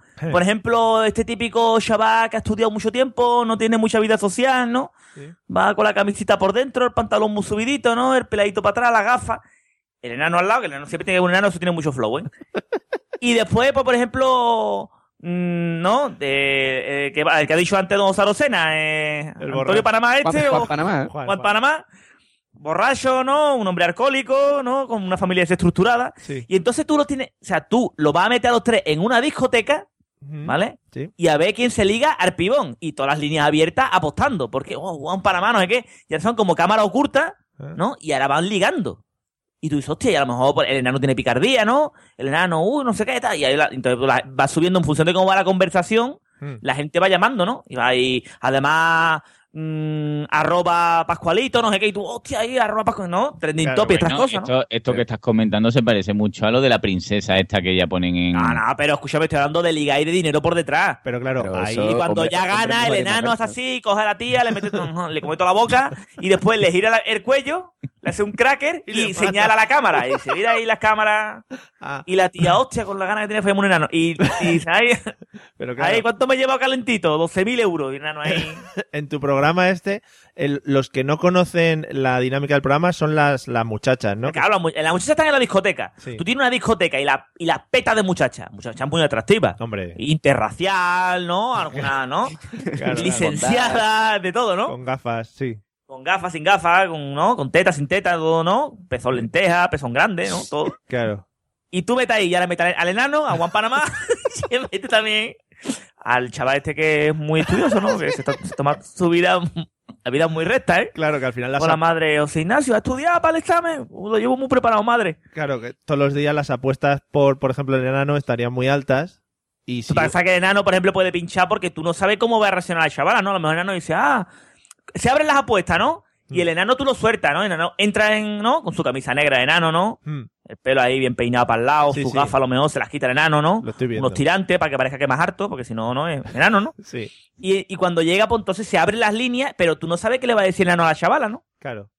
Por ejemplo, este típico chaval que ha estudiado mucho tiempo, no tiene mucha vida social, ¿no? Va con la camisita por dentro, el pantalón muy subidito, ¿no? El peladito para atrás, la gafa. El enano al lado, que el enano siempre tiene un enano, eso tiene mucho flow, ¿eh? y después, pues, por ejemplo, mm, ¿no? De, eh, que, va- el que ha dicho antes Don Sarocena, eh,
borracho.
Antonio Panamá este,
Juan-
o
Juan Panamá. ¿eh?
Juan,
Juan
Juan.
Panamá, borracho, ¿no? Un hombre alcohólico, ¿no? Con una familia desestructurada.
Sí.
Y entonces tú lo tienes, o sea, tú lo vas a meter a los tres en una discoteca
Mm,
¿Vale? Y a ver quién se liga al pibón. Y todas las líneas abiertas apostando. Porque, oh, un para mano, es que ya son como cámara oculta,
Ah.
¿no? Y ahora van ligando. Y tú dices, hostia, y a lo mejor pues, el enano tiene picardía, ¿no? El enano, uh, no sé qué, tal. Y ahí la- entonces, pues, la- va subiendo en función de cómo va la conversación.
Mm.
La gente va llamando, ¿no? Y va ahí, además, mm, arroba Pascualito, no sé qué. Y tú, hostia, ahí, arroba Pascualito, ¿no? Trending
Claro,
topic, estas
bueno,
cosas, ¿no?
Esto, esto que estás comentando se parece mucho a lo de la princesa esta que ya ponen en.
Ah, Mm.
No, no, pero escúchame, estoy hablando de liga y de dinero por detrás.
Pero claro,
Ahí cuando ya gana, el enano hace así, coge a la tía, le mete le come toda la boca y después le gira la- el cuello, le hace un cracker y,
le
señala a la cámara. Y se mira ahí las cámaras
Ah,
y la tía, hostia, con la gana que tiene fue un enano. Y, y dice, ay,
pero claro,
ay, ¿cuánto me lleva calentito? 12.000 euros. Y el enano ahí.
en tu programa este, el- los que no conocen la dinámica del programa son las, las muchachas, ¿no?
Claro, las mu- las muchachas están en la discoteca.
Sí.
Tú tienes una discoteca y la, y la peta de muchachas. Muchachas muy atractivas.
Hombre,
Interracial, ¿no? Alguna, ¿no?
claro,
Licenciada, de todo, ¿no?
con gafas, sí.
Con gafas, sin gafas, con, ¿no? Con teta, sin teta, todo, ¿no? Pezón lenteja, pezón grande, ¿no? Todo.
Claro.
Y tú metes ahí, ya le metes al enano, a Juan Panamá, y le metes también al chaval este que es muy estudioso, ¿no? Que se, to- se toma su vida, la vida muy recta, ¿eh?
Claro, que al final las
Con la
ap-
madre, o Ignacio, ¿ha estudiado para el examen? Uh, Lo llevo muy preparado, madre.
claro, que todos los días las apuestas por, por ejemplo, el enano estarían muy altas. Y si
Tú piensas que el enano, por ejemplo, puede pinchar porque tú no sabes cómo va a reaccionar el chaval, ¿no? A lo mejor el enano dice, ah, se abren las apuestas, ¿no? Y el enano tú lo sueltas, ¿no? El enano entra en, ¿no? Con su camisa negra de enano, ¿no?
Mm,
El pelo ahí bien peinado para el lado,
Sí,
su
sí.
gafa a lo mejor se las quita el enano, ¿no?
lo estoy viendo.
Unos tirantes para que parezca que es más harto, porque si no, no es enano, ¿no?
Sí,
Y, y cuando llega, pues entonces se abren las líneas, pero tú no sabes qué le va a decir el enano a la chavala, ¿no?
claro.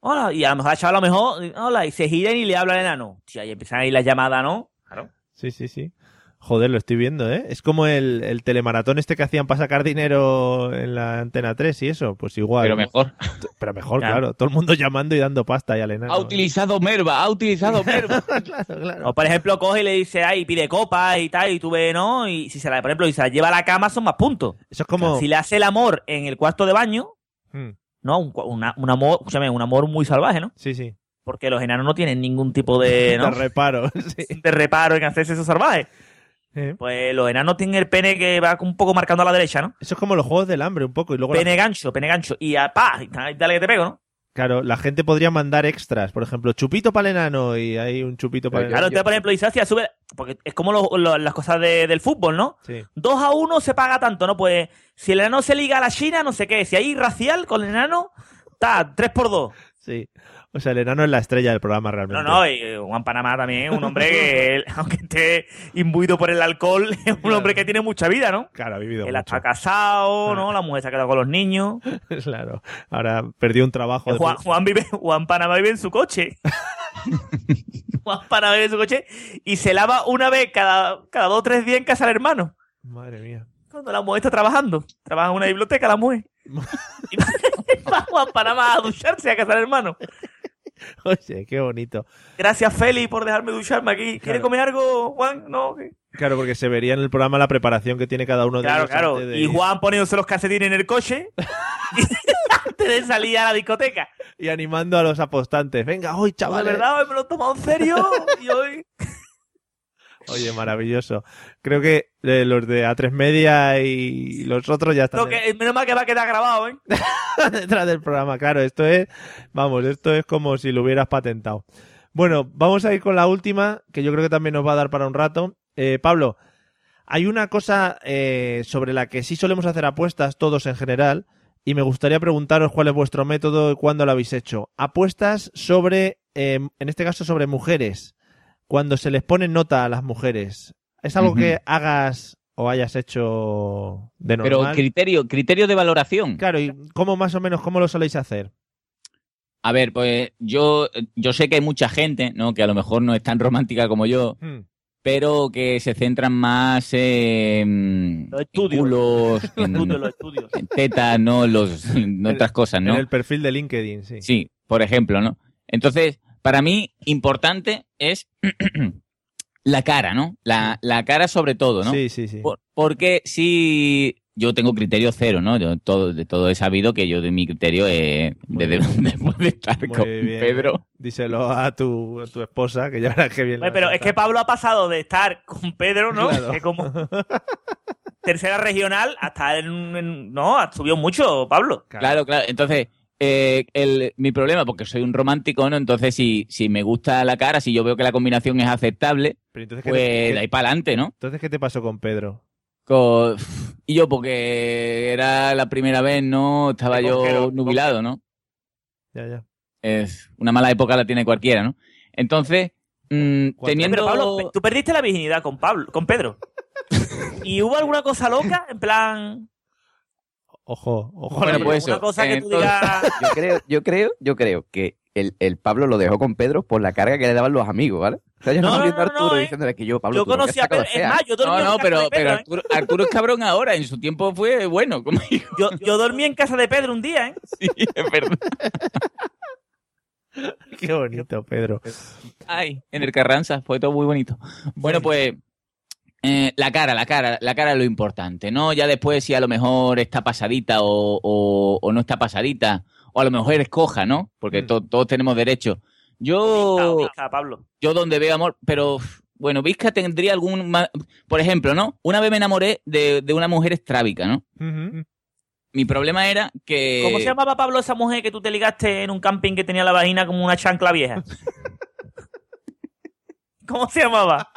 Hola, y a lo mejor la chavala a lo mejor, hola, y se giran y le habla al enano. Tía, y empiezan ahí las llamadas, ¿no? Claro.
Sí, sí, sí. Joder, lo estoy viendo, ¿eh? Es como el, el telemaratón este que hacían para sacar dinero en la antena 3 y eso. Pues igual.
Pero mejor.
Pero mejor,
Claro.
claro. Todo el mundo llamando y dando pasta y al enano.
ha utilizado merva, ha utilizado merva.
Claro, claro.
O por ejemplo, coge y le dice, ay, pide copas y tal, y tú ves, ¿no? Y si se la, por ejemplo, si se la lleva a la cama, son más puntos.
Eso es como.
Si le hace el amor en el cuarto de baño,
Mm,
¿no? Un, cua- una- un amor, escúchame, un amor muy salvaje, ¿no?
Sí, sí.
Porque los enanos no tienen ningún tipo de, ¿no?
Te reparo. sí.
de reparo en hacerse esos salvajes.
Eh,
Pues los enanos tienen el pene que va un poco marcando a la derecha, ¿no?
Eso es como los juegos del hambre un poco. Y luego, la-
Pene gancho, pene gancho. Y a pa, y ta- y dale que te pego, ¿no?
claro, la gente podría mandar extras. Por ejemplo, chupito para el enano y hay un chupito para el enano.
Claro, entonces, por ejemplo, dice, hostia, sube. Porque es como lo- lo- las cosas de- del fútbol, ¿no?
Sí.
2 a 1 se paga tanto, ¿no? Pues si el enano se liga a la China, no sé qué. Si hay racial con el enano, está 3 por 2.
Sí. O sea, el enano es la estrella del programa
No,
realmente.
no, y eh, Juan Panamá también es un hombre que, él, aunque esté imbuido por el alcohol, es un hombre que tiene mucha vida, ¿no?
Claro, ha vivido
Él
mucho.
está casado, ¿no? La mujer se ha quedado con los niños.
Claro. Ahora perdió un trabajo. de-
Juan, Juan vive, Juan Panamá vive en su coche. Juan Panamá vive en su coche y se lava una vez cada, cada dos o tres días en casa del hermano.
Madre mía.
Cuando la mujer está trabajando. Trabaja en una biblioteca la mujer. y va a Juan Panamá a ducharse a casa del hermano.
Oye, qué bonito.
Gracias, Feli, por dejarme ducharme aquí. ¿Quieres
Claro.
comer algo, Juan? No. ¿qué?
Claro, porque se vería en el programa la preparación que tiene cada uno de
Claro,
ellos
claro.
antes de
Y
ir.
Juan poniéndose los calcetines en el coche antes de salir a la discoteca.
y animando a los apostantes. Venga, hoy,
De
chaval.
verdad, hoy me lo he tomado en serio. Y hoy...
Oye, maravilloso. Creo que eh, los de A3 Media y los otros ya están
Lo que, menos mal que va a quedar grabado, ¿eh?
detrás del programa. Claro, esto es, vamos, esto es como si lo hubieras patentado. Bueno, vamos a ir con la última, que yo creo que también nos va a dar para un rato. Eh, Pablo, hay una cosa eh, sobre la que sí solemos hacer apuestas todos en general, y me gustaría preguntaros cuál es vuestro método y cuándo lo habéis hecho. Apuestas sobre, eh, en este caso, sobre mujeres, cuando se les pone nota a las mujeres. ¿Es algo
Ujú.
que hagas o hayas hecho de normal?
Pero criterio, criterio de valoración.
Claro, ¿y cómo más o menos, cómo lo soléis hacer?
A ver, pues yo, yo sé que hay mucha gente, ¿no? Que a lo mejor no es tan romántica como yo,
Hmm.
pero que se centran más en
Los estudios.
culos, en,
Estudios, los estudios.
en tetas, ¿no? Los, en otras cosas, ¿no?
En el perfil de LinkedIn, sí.
Sí, por ejemplo, ¿no? Entonces, para mí, importante es la cara, ¿no? La, la cara sobre todo, ¿no?
sí, sí. sí.
Por- porque si yo tengo criterio cero, ¿no? Yo todo, de todo he sabido que yo de mi criterio es desde después de estar con Pedro.
Díselo a tu, a tu esposa, que ya verás que bien. la
Oye, pero
vas a
es que Pablo ha pasado de estar con Pedro, ¿no?
Claro.
Que como tercera regional hasta en, en- no, ha subido mucho Pablo.
Claro, claro. Entonces, eh, el- mi problema, porque soy un romántico, ¿no? Entonces, si, si me gusta la cara, si yo veo que la combinación es aceptable,
Pero entonces, ¿qué
pues
te- qué-
de ahí para adelante, ¿no?
Entonces, ¿qué te pasó con Pedro?
Co- Y yo, porque era la primera vez, ¿no? Estaba
Te
yo
cogieron,
nubilado, ¿no?
Ya, ya.
Es una mala época la tiene cualquiera, ¿no? Entonces, mm,
Cuando-
teniendo...
Pero Pablo, pe- tú perdiste la virginidad con Pablo, con Pedro. ¿Y hubo alguna cosa loca? En plan,
Ojo, ojo.
Bueno, pues
una
eso.
cosa que tú
Entonces-
digas.
Yo creo, yo creo, yo creo que el, el Pablo lo dejó con Pedro por la carga que le daban los amigos, ¿vale? O sea, yo
No,
no,
no,
viendo a
no, no,
Arturo
eh.
diciéndole que yo, Pablo,
Yo
tú lo que
conocí a
sacas
Pedro.
de
Es
fea,
más, yo dormí
No,
en
no,
casa
pero,
de
pero
Pedro. ¿eh?
Arturo, Arturo es cabrón ahora, en su tiempo fue bueno conmigo.
Yo, yo dormí en casa de Pedro un día, ¿eh?
Sí, es verdad. pues-
Qué bonito, Pedro.
Ay, en el Carranza, fue todo muy bonito. Bueno, pues eh, la cara, la cara, la cara es lo importante, ¿no? Ya después si a lo mejor está pasadita o, o- o no está pasadita, o a lo mejor es coja, ¿no? Porque
Mm.
to- todos tenemos derecho.
Bizca,
Yo,
bizca, Pablo.
yo donde veo amor, pero bueno, Vizca tendría algún... ma- Por ejemplo, ¿no? Una vez me enamoré de, de una mujer estrábica, ¿no?
Ujú.
Mi problema era que...
Eh,
¿Cómo se llamaba Pablo esa mujer que tú te ligaste en un camping que tenía la vagina como una chancla vieja? ¿Cómo se llamaba?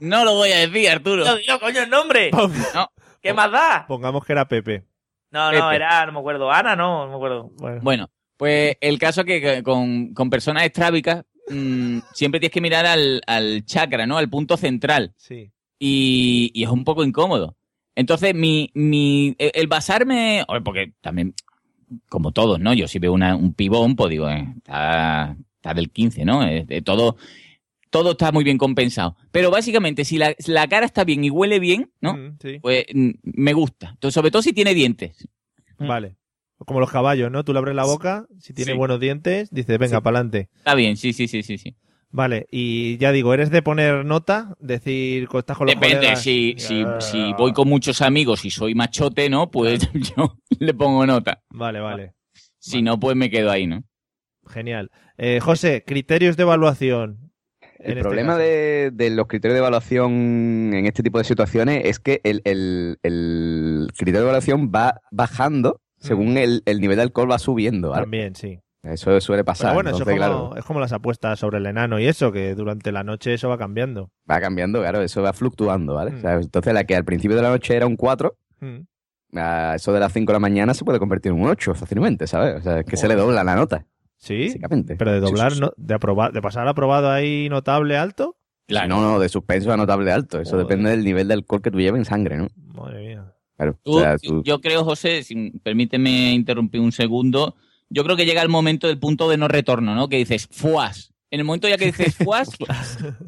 No lo voy a decir, Arturo.
No, digo, coño, el nombre.
Pong-
¿Qué más da?
Pongamos que era Pepe.
No, no,
Pepe.
era, no me acuerdo. Ana, no, no me acuerdo.
Este. Bueno.
Bueno, pues el caso es que que con, con personas estrábicas mm, siempre tienes que mirar al, al chakra, ¿no? Al punto central.
Sí.
Y, y es un poco incómodo. Entonces, mi, mi, el- el basarme, oye, porque también, como todos, ¿no? Yo si veo una, un pibón, pues digo, eh, está, está del 15, ¿no? Eh, eh, todo, todo está muy bien compensado. Pero básicamente, si la, la cara está bien y huele bien, ¿no?
Mm, sí.
Pues mm, me gusta. Entonces, sobre todo si tiene dientes.
Vale. Como los caballos, ¿no? Tú le abres la boca, si tiene
Mm. Sí.
buenos dientes, dices, venga, pa'lante.
Está bien, sí, sí, sí, sí, sí.
Vale, y ya digo, ¿eres de poner nota? Decir, co- estás con los
Depende,
colegas?
si, si,
Ah,
si voy con muchos amigos y soy machote, ¿no? Pues yo le pongo nota.
Vale, vale.
Si no, pues me quedo ahí, ¿no?
Genial. Eh, José, criterios de evaluación. en
El
este
problema
caso.
de, de los criterios de evaluación en este tipo de situaciones es que el, el- el criterio de evaluación va bajando según el, el nivel de alcohol va subiendo. ¿vale?
También, sí.
Eso suele
Pero
pasar.
bueno, eso
entonces,
es como,
claro,
es como las apuestas sobre el enano y eso, que durante la noche eso va cambiando.
va cambiando, claro, eso va fluctuando. ¿vale?
Mm.
O sea, entonces, la que al principio de la noche era un 4,
Mm.
a eso de las 5 de la mañana se puede convertir en un 8 fácilmente, ¿sabes? O sea, es que se le dobla la nota,
¿Sí?
básicamente.
Pero de doblar,
Sí, sí,
no- de, aprobar, de pasar aprobado ahí notable alto.
sí. No, no, de suspenso a notable alto. Eso
Joder.
depende del nivel de alcohol que tú lleves en sangre, ¿no?
Madre mía.
Claro,
Tú-
o sea, tú-
Yo creo, José, si permíteme interrumpir un segundo. Yo creo que llega el momento del punto de no retorno, ¿no? Que dices, fuas. En el momento ya que dices fuas,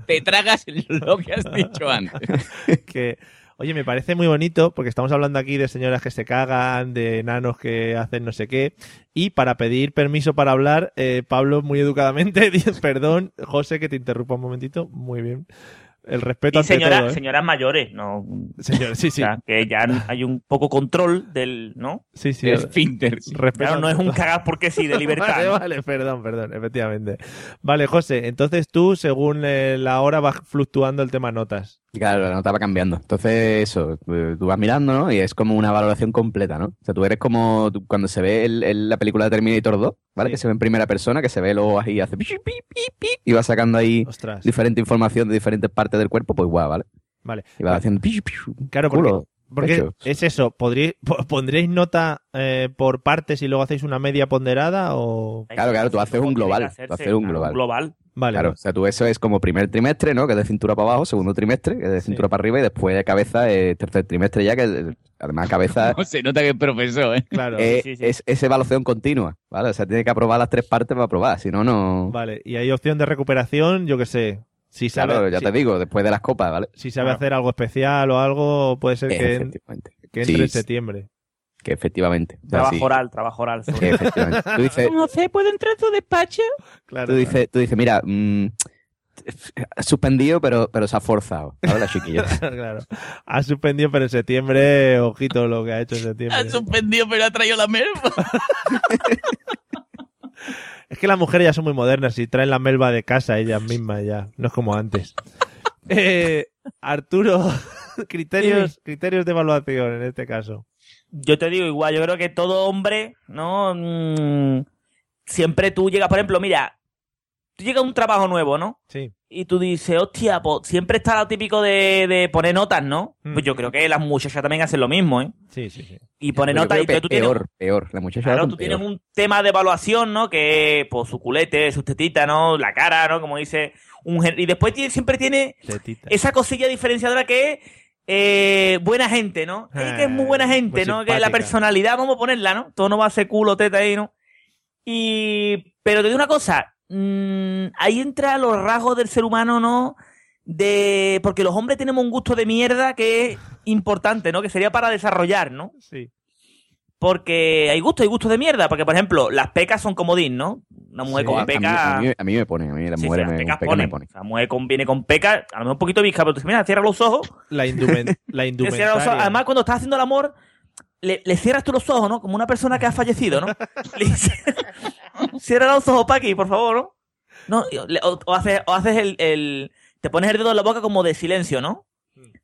te tragas lo que has dicho antes.
que, oye, me parece muy bonito porque estamos hablando aquí de señoras que se cagan, de enanos que hacen no sé qué. Y para pedir permiso para hablar, eh, Pablo, muy educadamente, dice, perdón, José, que te interrumpa un momentito. Muy bien. El respeto
Y
ante
señora-
todo, ¿eh?
señoras mayores, ¿no?
Señor, sí, sí.
O sea, que ya hay un poco control del, ¿no?
sí, sí.
El esfínter.
Respeto
Claro, no es
ante
un
todo.
cagar porque sí, de libertad.
Vale,
¿no?
vale, perdón, perdón, efectivamente. Vale, José, entonces tú, según eh, la hora, vas fluctuando el tema notas.
Claro, la nota va cambiando. Entonces, eso, eh, tú vas mirando, ¿no? Y es como una valoración completa, ¿no? O sea, tú eres como tú- cuando se ve el- el- la película de Terminator 2, ¿vale?
Sí.
Que se ve en primera persona, que se ve el ojo ahí, hace pi, pi, pi, pi, y va sacando ahí
Ostras.
diferente información de diferentes partes del cuerpo, pues igual, ¿vale?
Vale.
Y va haciendo pi, pi, pi,
Claro, porque
culo.
Porque
Hecho.
es eso, ¿podrí- po- ¿pondréis nota eh, por partes y luego hacéis una media ponderada o...?
Claro, claro, tú haces un
Tiene que
global,
hacerse,
tú haces un
claro,
global.
Vale, pues,
Claro, o sea, tú eso es como primer trimestre, ¿no? Que es de cintura para abajo, segundo trimestre, que es de
Sí.
cintura para arriba, y después de cabeza, eh, tercer trimestre ya, que eh, además cabeza
No, se nota que es profesor, ¿eh?
claro.
Eh,
sí, sí.
Es, es evaluación continua, ¿vale? O sea, tiene que aprobar las tres partes para aprobar, si no, no...
Vale, y hay opción de recuperación, yo que sé. Si sabe,
Claro, ya
si,
te digo, después de las copas, ¿vale?
si sabe
Claro.
hacer algo especial o algo, puede ser que, en-
efectivamente.
que entre en
Sí,
septiembre.
que efectivamente. O sea,
Trabajo
sí, Eh,
oral, trabajo oral. sobre
que efectivamente. Tú dices,
José, ¿puedo entrar a tu despacho?
Claro.
tú dices, tú dices, mira, mm, suspendido, pero, pero se ha forzado. Ahora la chiquilla.
claro. Ha suspendido, pero en septiembre, ojito lo que ha hecho en septiembre.
Ha suspendido, pero ha traído la merma.
Es que las mujeres ya son muy modernas y traen la melva de casa ellas mismas ya. No es como antes. Eh, Arturo, criterios, criterios de evaluación en este caso.
Yo te digo igual, yo creo que todo hombre, ¿no? Mm, siempre tú llegas, por ejemplo, mira, tú llegas a un trabajo nuevo, ¿no?
Sí.
Y tú dices, hostia, pues, siempre está lo típico de, de poner notas, ¿no? Pues yo creo que las muchachas también hacen lo mismo, ¿eh?
Sí, sí, sí.
Y poner
Mm. Yo
notas
creo
y
que
tú, tú tienes-
peor, peor. La muchacha va
Claro,
con
tú
peor.
tienes un tema de evaluación, ¿no? Que, pues, su culete, sus tetitas, ¿no? La cara, ¿no? Como dice un gen- Y después tiene- siempre tiene
Tetita.
esa cosilla diferenciadora que es eh, buena gente, ¿no? Es que es muy
Eh,
buena
muy
gente, ¿no? Que la
simpática.
personalidad, vamos a ponerla, ¿no? Todo no va a ser culo, teta ahí, ¿no? Y. Pero te digo una cosa. mm, ahí entra los rasgos del ser humano, ¿no? De. Porque los hombres tenemos un gusto de mierda que es importante, ¿no? Que sería para desarrollar, ¿no?
Sí.
Porque hay gusto, hay gusto de mierda. Porque, por ejemplo, las pecas son comodín, ¿no? Una mujer
Sí,
con
a, mí,
peca.
a mí- a mí me pone, a mí la
Sí, sí,
mujer
las
me,
pecas
peca me
ponen.
pone.
La mujer con- viene con peca, a lo mejor un poquito visca, pero tú dices, mira, cierra los ojos.
La, indumen- la
Le cierras los ojos.
indumentaria.
Además, cuando estás haciendo el amor, le, le cierras tú los ojos, ¿no? Como una persona que ha fallecido, ¿no? Le dices, cierra los ojos, Paqui, por favor, ¿no? No, y- le- o, o haces, o haces el, el- Te pones el dedo en la boca como de silencio, ¿no?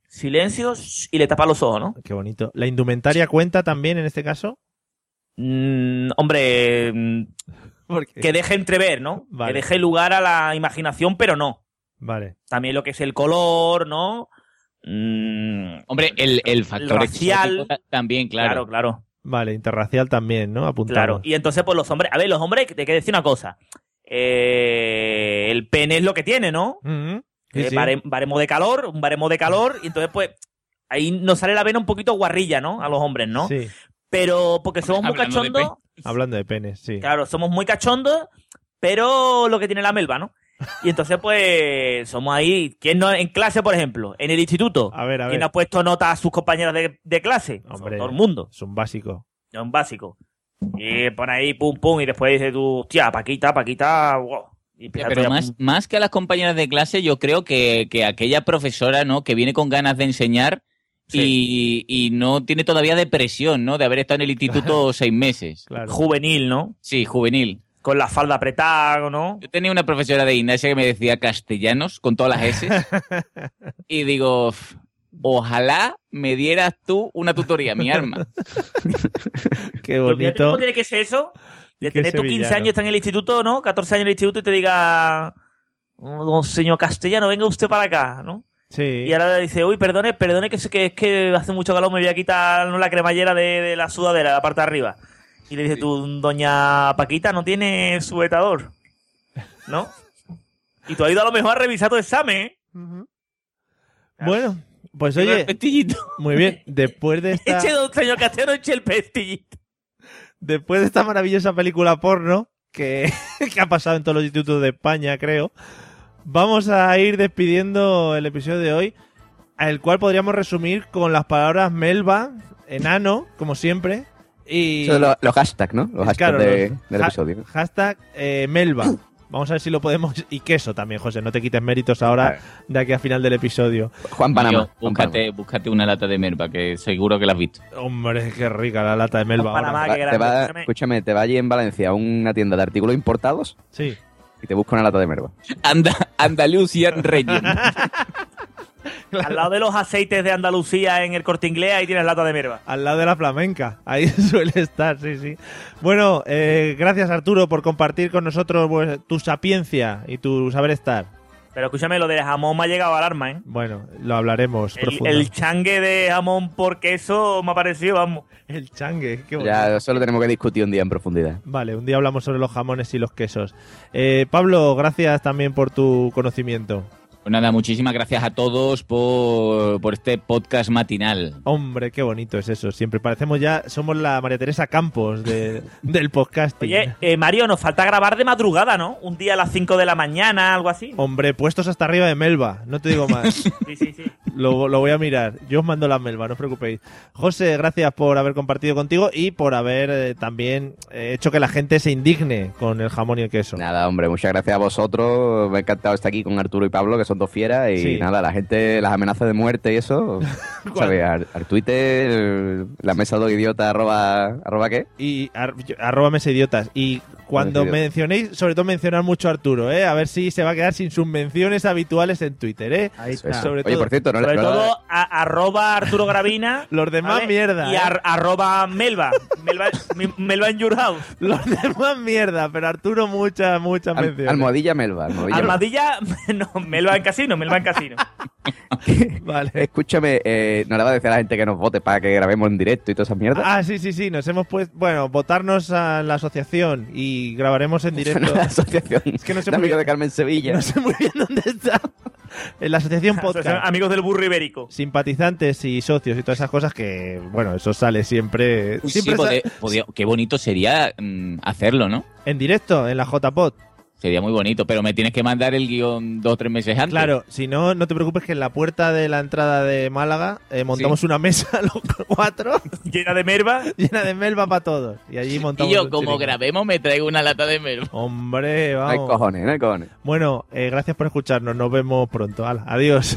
Silencio shh, y le tapas los ojos, ¿no?
Qué bonito. ¿La indumentaria cuenta también en este caso?
Mm, hombre, mm,
Porque...
que deje entrever, ¿no?
Vale.
Que deje lugar a la imaginación, pero no.
Vale.
También lo que es el color, ¿no? Mm,
Hombre, el, el factor
racial.
exótico ta- también,
claro,
claro.
claro.
Vale, interracial también, ¿no? Apuntamos.
Claro, y entonces, pues los hombres. A ver, los hombres, te hay que decir una cosa. Eh, el pene es lo que tiene, ¿no?
Mhm. Sí,
Eh,
sí.
barem- baremo de calor, un baremo de calor, y entonces, pues. Ahí nos sale la vena un poquito guarrilla, ¿no? A los hombres, ¿no?
Sí.
Pero porque somos muy
Hablando de
cachondos.
Hablando de penes, sí.
Claro, somos muy cachondos, pero lo que tiene la melva, ¿no? Y entonces, pues, somos ahí. ¿Quién no? En clase, por ejemplo, en el instituto.
A ver, a
¿Quién
ver.
ha puesto nota a sus compañeras de, de clase?
Hombre.
Todo el mundo.
Es un básico.
Es un básico. Y pon ahí pum pum y después dices tú, hostia, Paquita, Paquita, wow. Y empieza tú
Pero
ya,
más,
pum.
más que a las compañeras de clase, yo creo que, que aquella profesora, ¿no? Que viene con ganas de enseñar y, y no tiene todavía depresión, ¿no? De haber estado en el instituto seis meses.
Claro.
juvenil, ¿no?
Sí, juvenil.
Con la falda apretada, ¿no?
Yo tenía una profesora de gimnasia que me decía castellanos con todas las S. y digo, "F- ojalá me dieras tú una tutoría, mi arma.
Qué
Pero fíjate ¿Cómo
bonito.
tiene que ser eso? De
Y que
tener tus 15
sevillano.
años, está en el instituto, ¿no? 14 años en el instituto y te diga, "Oh, don señor castellano, venga usted para acá, ¿no?
Sí.
Y ahora dice, uy, perdone, perdone, que, es que es que hace mucho calor, me voy a quitar la cremallera de, de la sudadera, la parte de arriba. Y le dice, tú, doña Paquita, no tiene sujetador, ¿no? y tú has ido a lo mejor a revisar tu examen, ¿eh?
Bueno, pues
Pero el
oye,
pestillito.
muy bien. Después de esta,
Eche, don señor Castellano, eche el pestillito.
después de esta maravillosa película porno que, que ha pasado en todos los institutos de España, creo, vamos a ir despidiendo el episodio de hoy, el cual podríamos resumir con las palabras melva, enano, como siempre, y
Eso de lo- los hashtags, ¿no? Los hashtags
Claro,
de-
los-
del
ha-
episodio.
Hashtag eh, Melba. Vamos a ver si lo podemos. Y queso también, José. No te quites méritos ahora de aquí a final del episodio.
Juan Panamá.
Tío,
Juan
búscate, búscate una lata de merva, que seguro que la has visto.
Hombre, qué rica la lata de Melba.
Juan
ahora.
Panamá. Ah,
Panamá.
qué grande,
Va- te va-
escúchame.
escúchame, te va allí en Valencia a una tienda de artículos importados
Sí.
y te busca una lata de merva.
Anda, Andalusian Region.
Al lado de los aceites de Andalucía en el corte inglés, ahí tienes lata de mierda.
Al lado de la flamenca. Ahí suele estar, sí, sí. Bueno, eh, gracias Arturo por compartir con nosotros pues, tu sapiencia y tu saber estar.
Pero escúchame, lo del jamón me ha llegado a alarma, ¿eh?
Bueno, lo hablaremos
El,
profundo.
el changue de jamón por queso me ha parecido, vamos.
El changue, qué bonito.
Ya, eso lo tenemos que discutir un día en profundidad.
Vale, un día hablamos sobre los jamones y los quesos. Eh, Pablo, gracias también por tu conocimiento.
Pues nada, muchísimas gracias a todos por, por este podcast matinal.
Hombre, qué bonito es eso. Siempre parecemos ya, somos la María Teresa Campos de- del podcasting.
Oye, eh, Mario, nos falta grabar de madrugada, ¿no? Un día a las 5 de la mañana, algo así.
Oh.
Hombre, puestos hasta arriba de Melba, no te digo más.
Sí, sí, sí.
Lo, lo voy a mirar. Yo os mando la melva, no os preocupéis. José, gracias por haber compartido contigo y por haber eh, también eh, hecho que la gente se indigne con el jamón y el queso.
Nada, hombre, muchas gracias a vosotros. Me ha encantado estar aquí con Arturo y Pablo, que son dos fieras. Y
Sí.
nada, la gente, las amenazas de muerte y eso. ¿Sabes? Al, al Twitter, la mesa de idiota, arroba, arroba qué.
Y ar- yo- arroba mesa idiotas. Y cuando
Mesa idiota.
mencionéis, sobre todo mencionar mucho a Arturo, ¿eh? A ver si se va a quedar sin sus menciones habituales en Twitter, ¿eh?
Eso, eso. Oye, por cierto, no le-
Sobre
no le-
todo a- arroba Arturo Gravina.
Los demás mierda,
Y
¿eh?
ar- arroba Melva. Melva, mi- Melva in your house.
Los demás mierda, pero Arturo muchas, muchas
Al-
menciones.
¿eh?
almohadilla Melba. almohadilla Melba.
Armadilla, no, Melva en casino, Melva en casino.
Escúchame, eh, no le va a decir a la gente que nos vote para que grabemos en directo y todas esas mierdas.
Ah, sí, sí, sí, nos hemos puesto... Bueno, votarnos a la asociación y grabaremos en directo.
la asociación.
Es que no sé
de
muy
amigos
bien.
de Carmen Sevilla.
No sé muy bien dónde está. En la asociación podcast.
Asociación Amigos del burro ibérico.
Simpatizantes y socios y todas esas cosas que, bueno, eso sale siempre.
Uy, sí,
siempre
pode-
sa-
podía- qué bonito sería mm, hacerlo, ¿no?
En directo, en la JPod.
Sería muy bonito, pero me tienes que mandar el guión dos o tres meses antes.
Claro, si no, no te preocupes que en la puerta de la entrada de Málaga eh, montamos una mesa los cuatro
Llena de merva.
llena de melva para todos. Y allí
Y
montamos.
yo,
un
como
chiringuito.
grabemos, me traigo una lata de melo.
Hombre,
No hay
vamos.
cojones, no hay cojones.
Bueno, eh, gracias por escucharnos. Nos vemos pronto. Hala, adiós.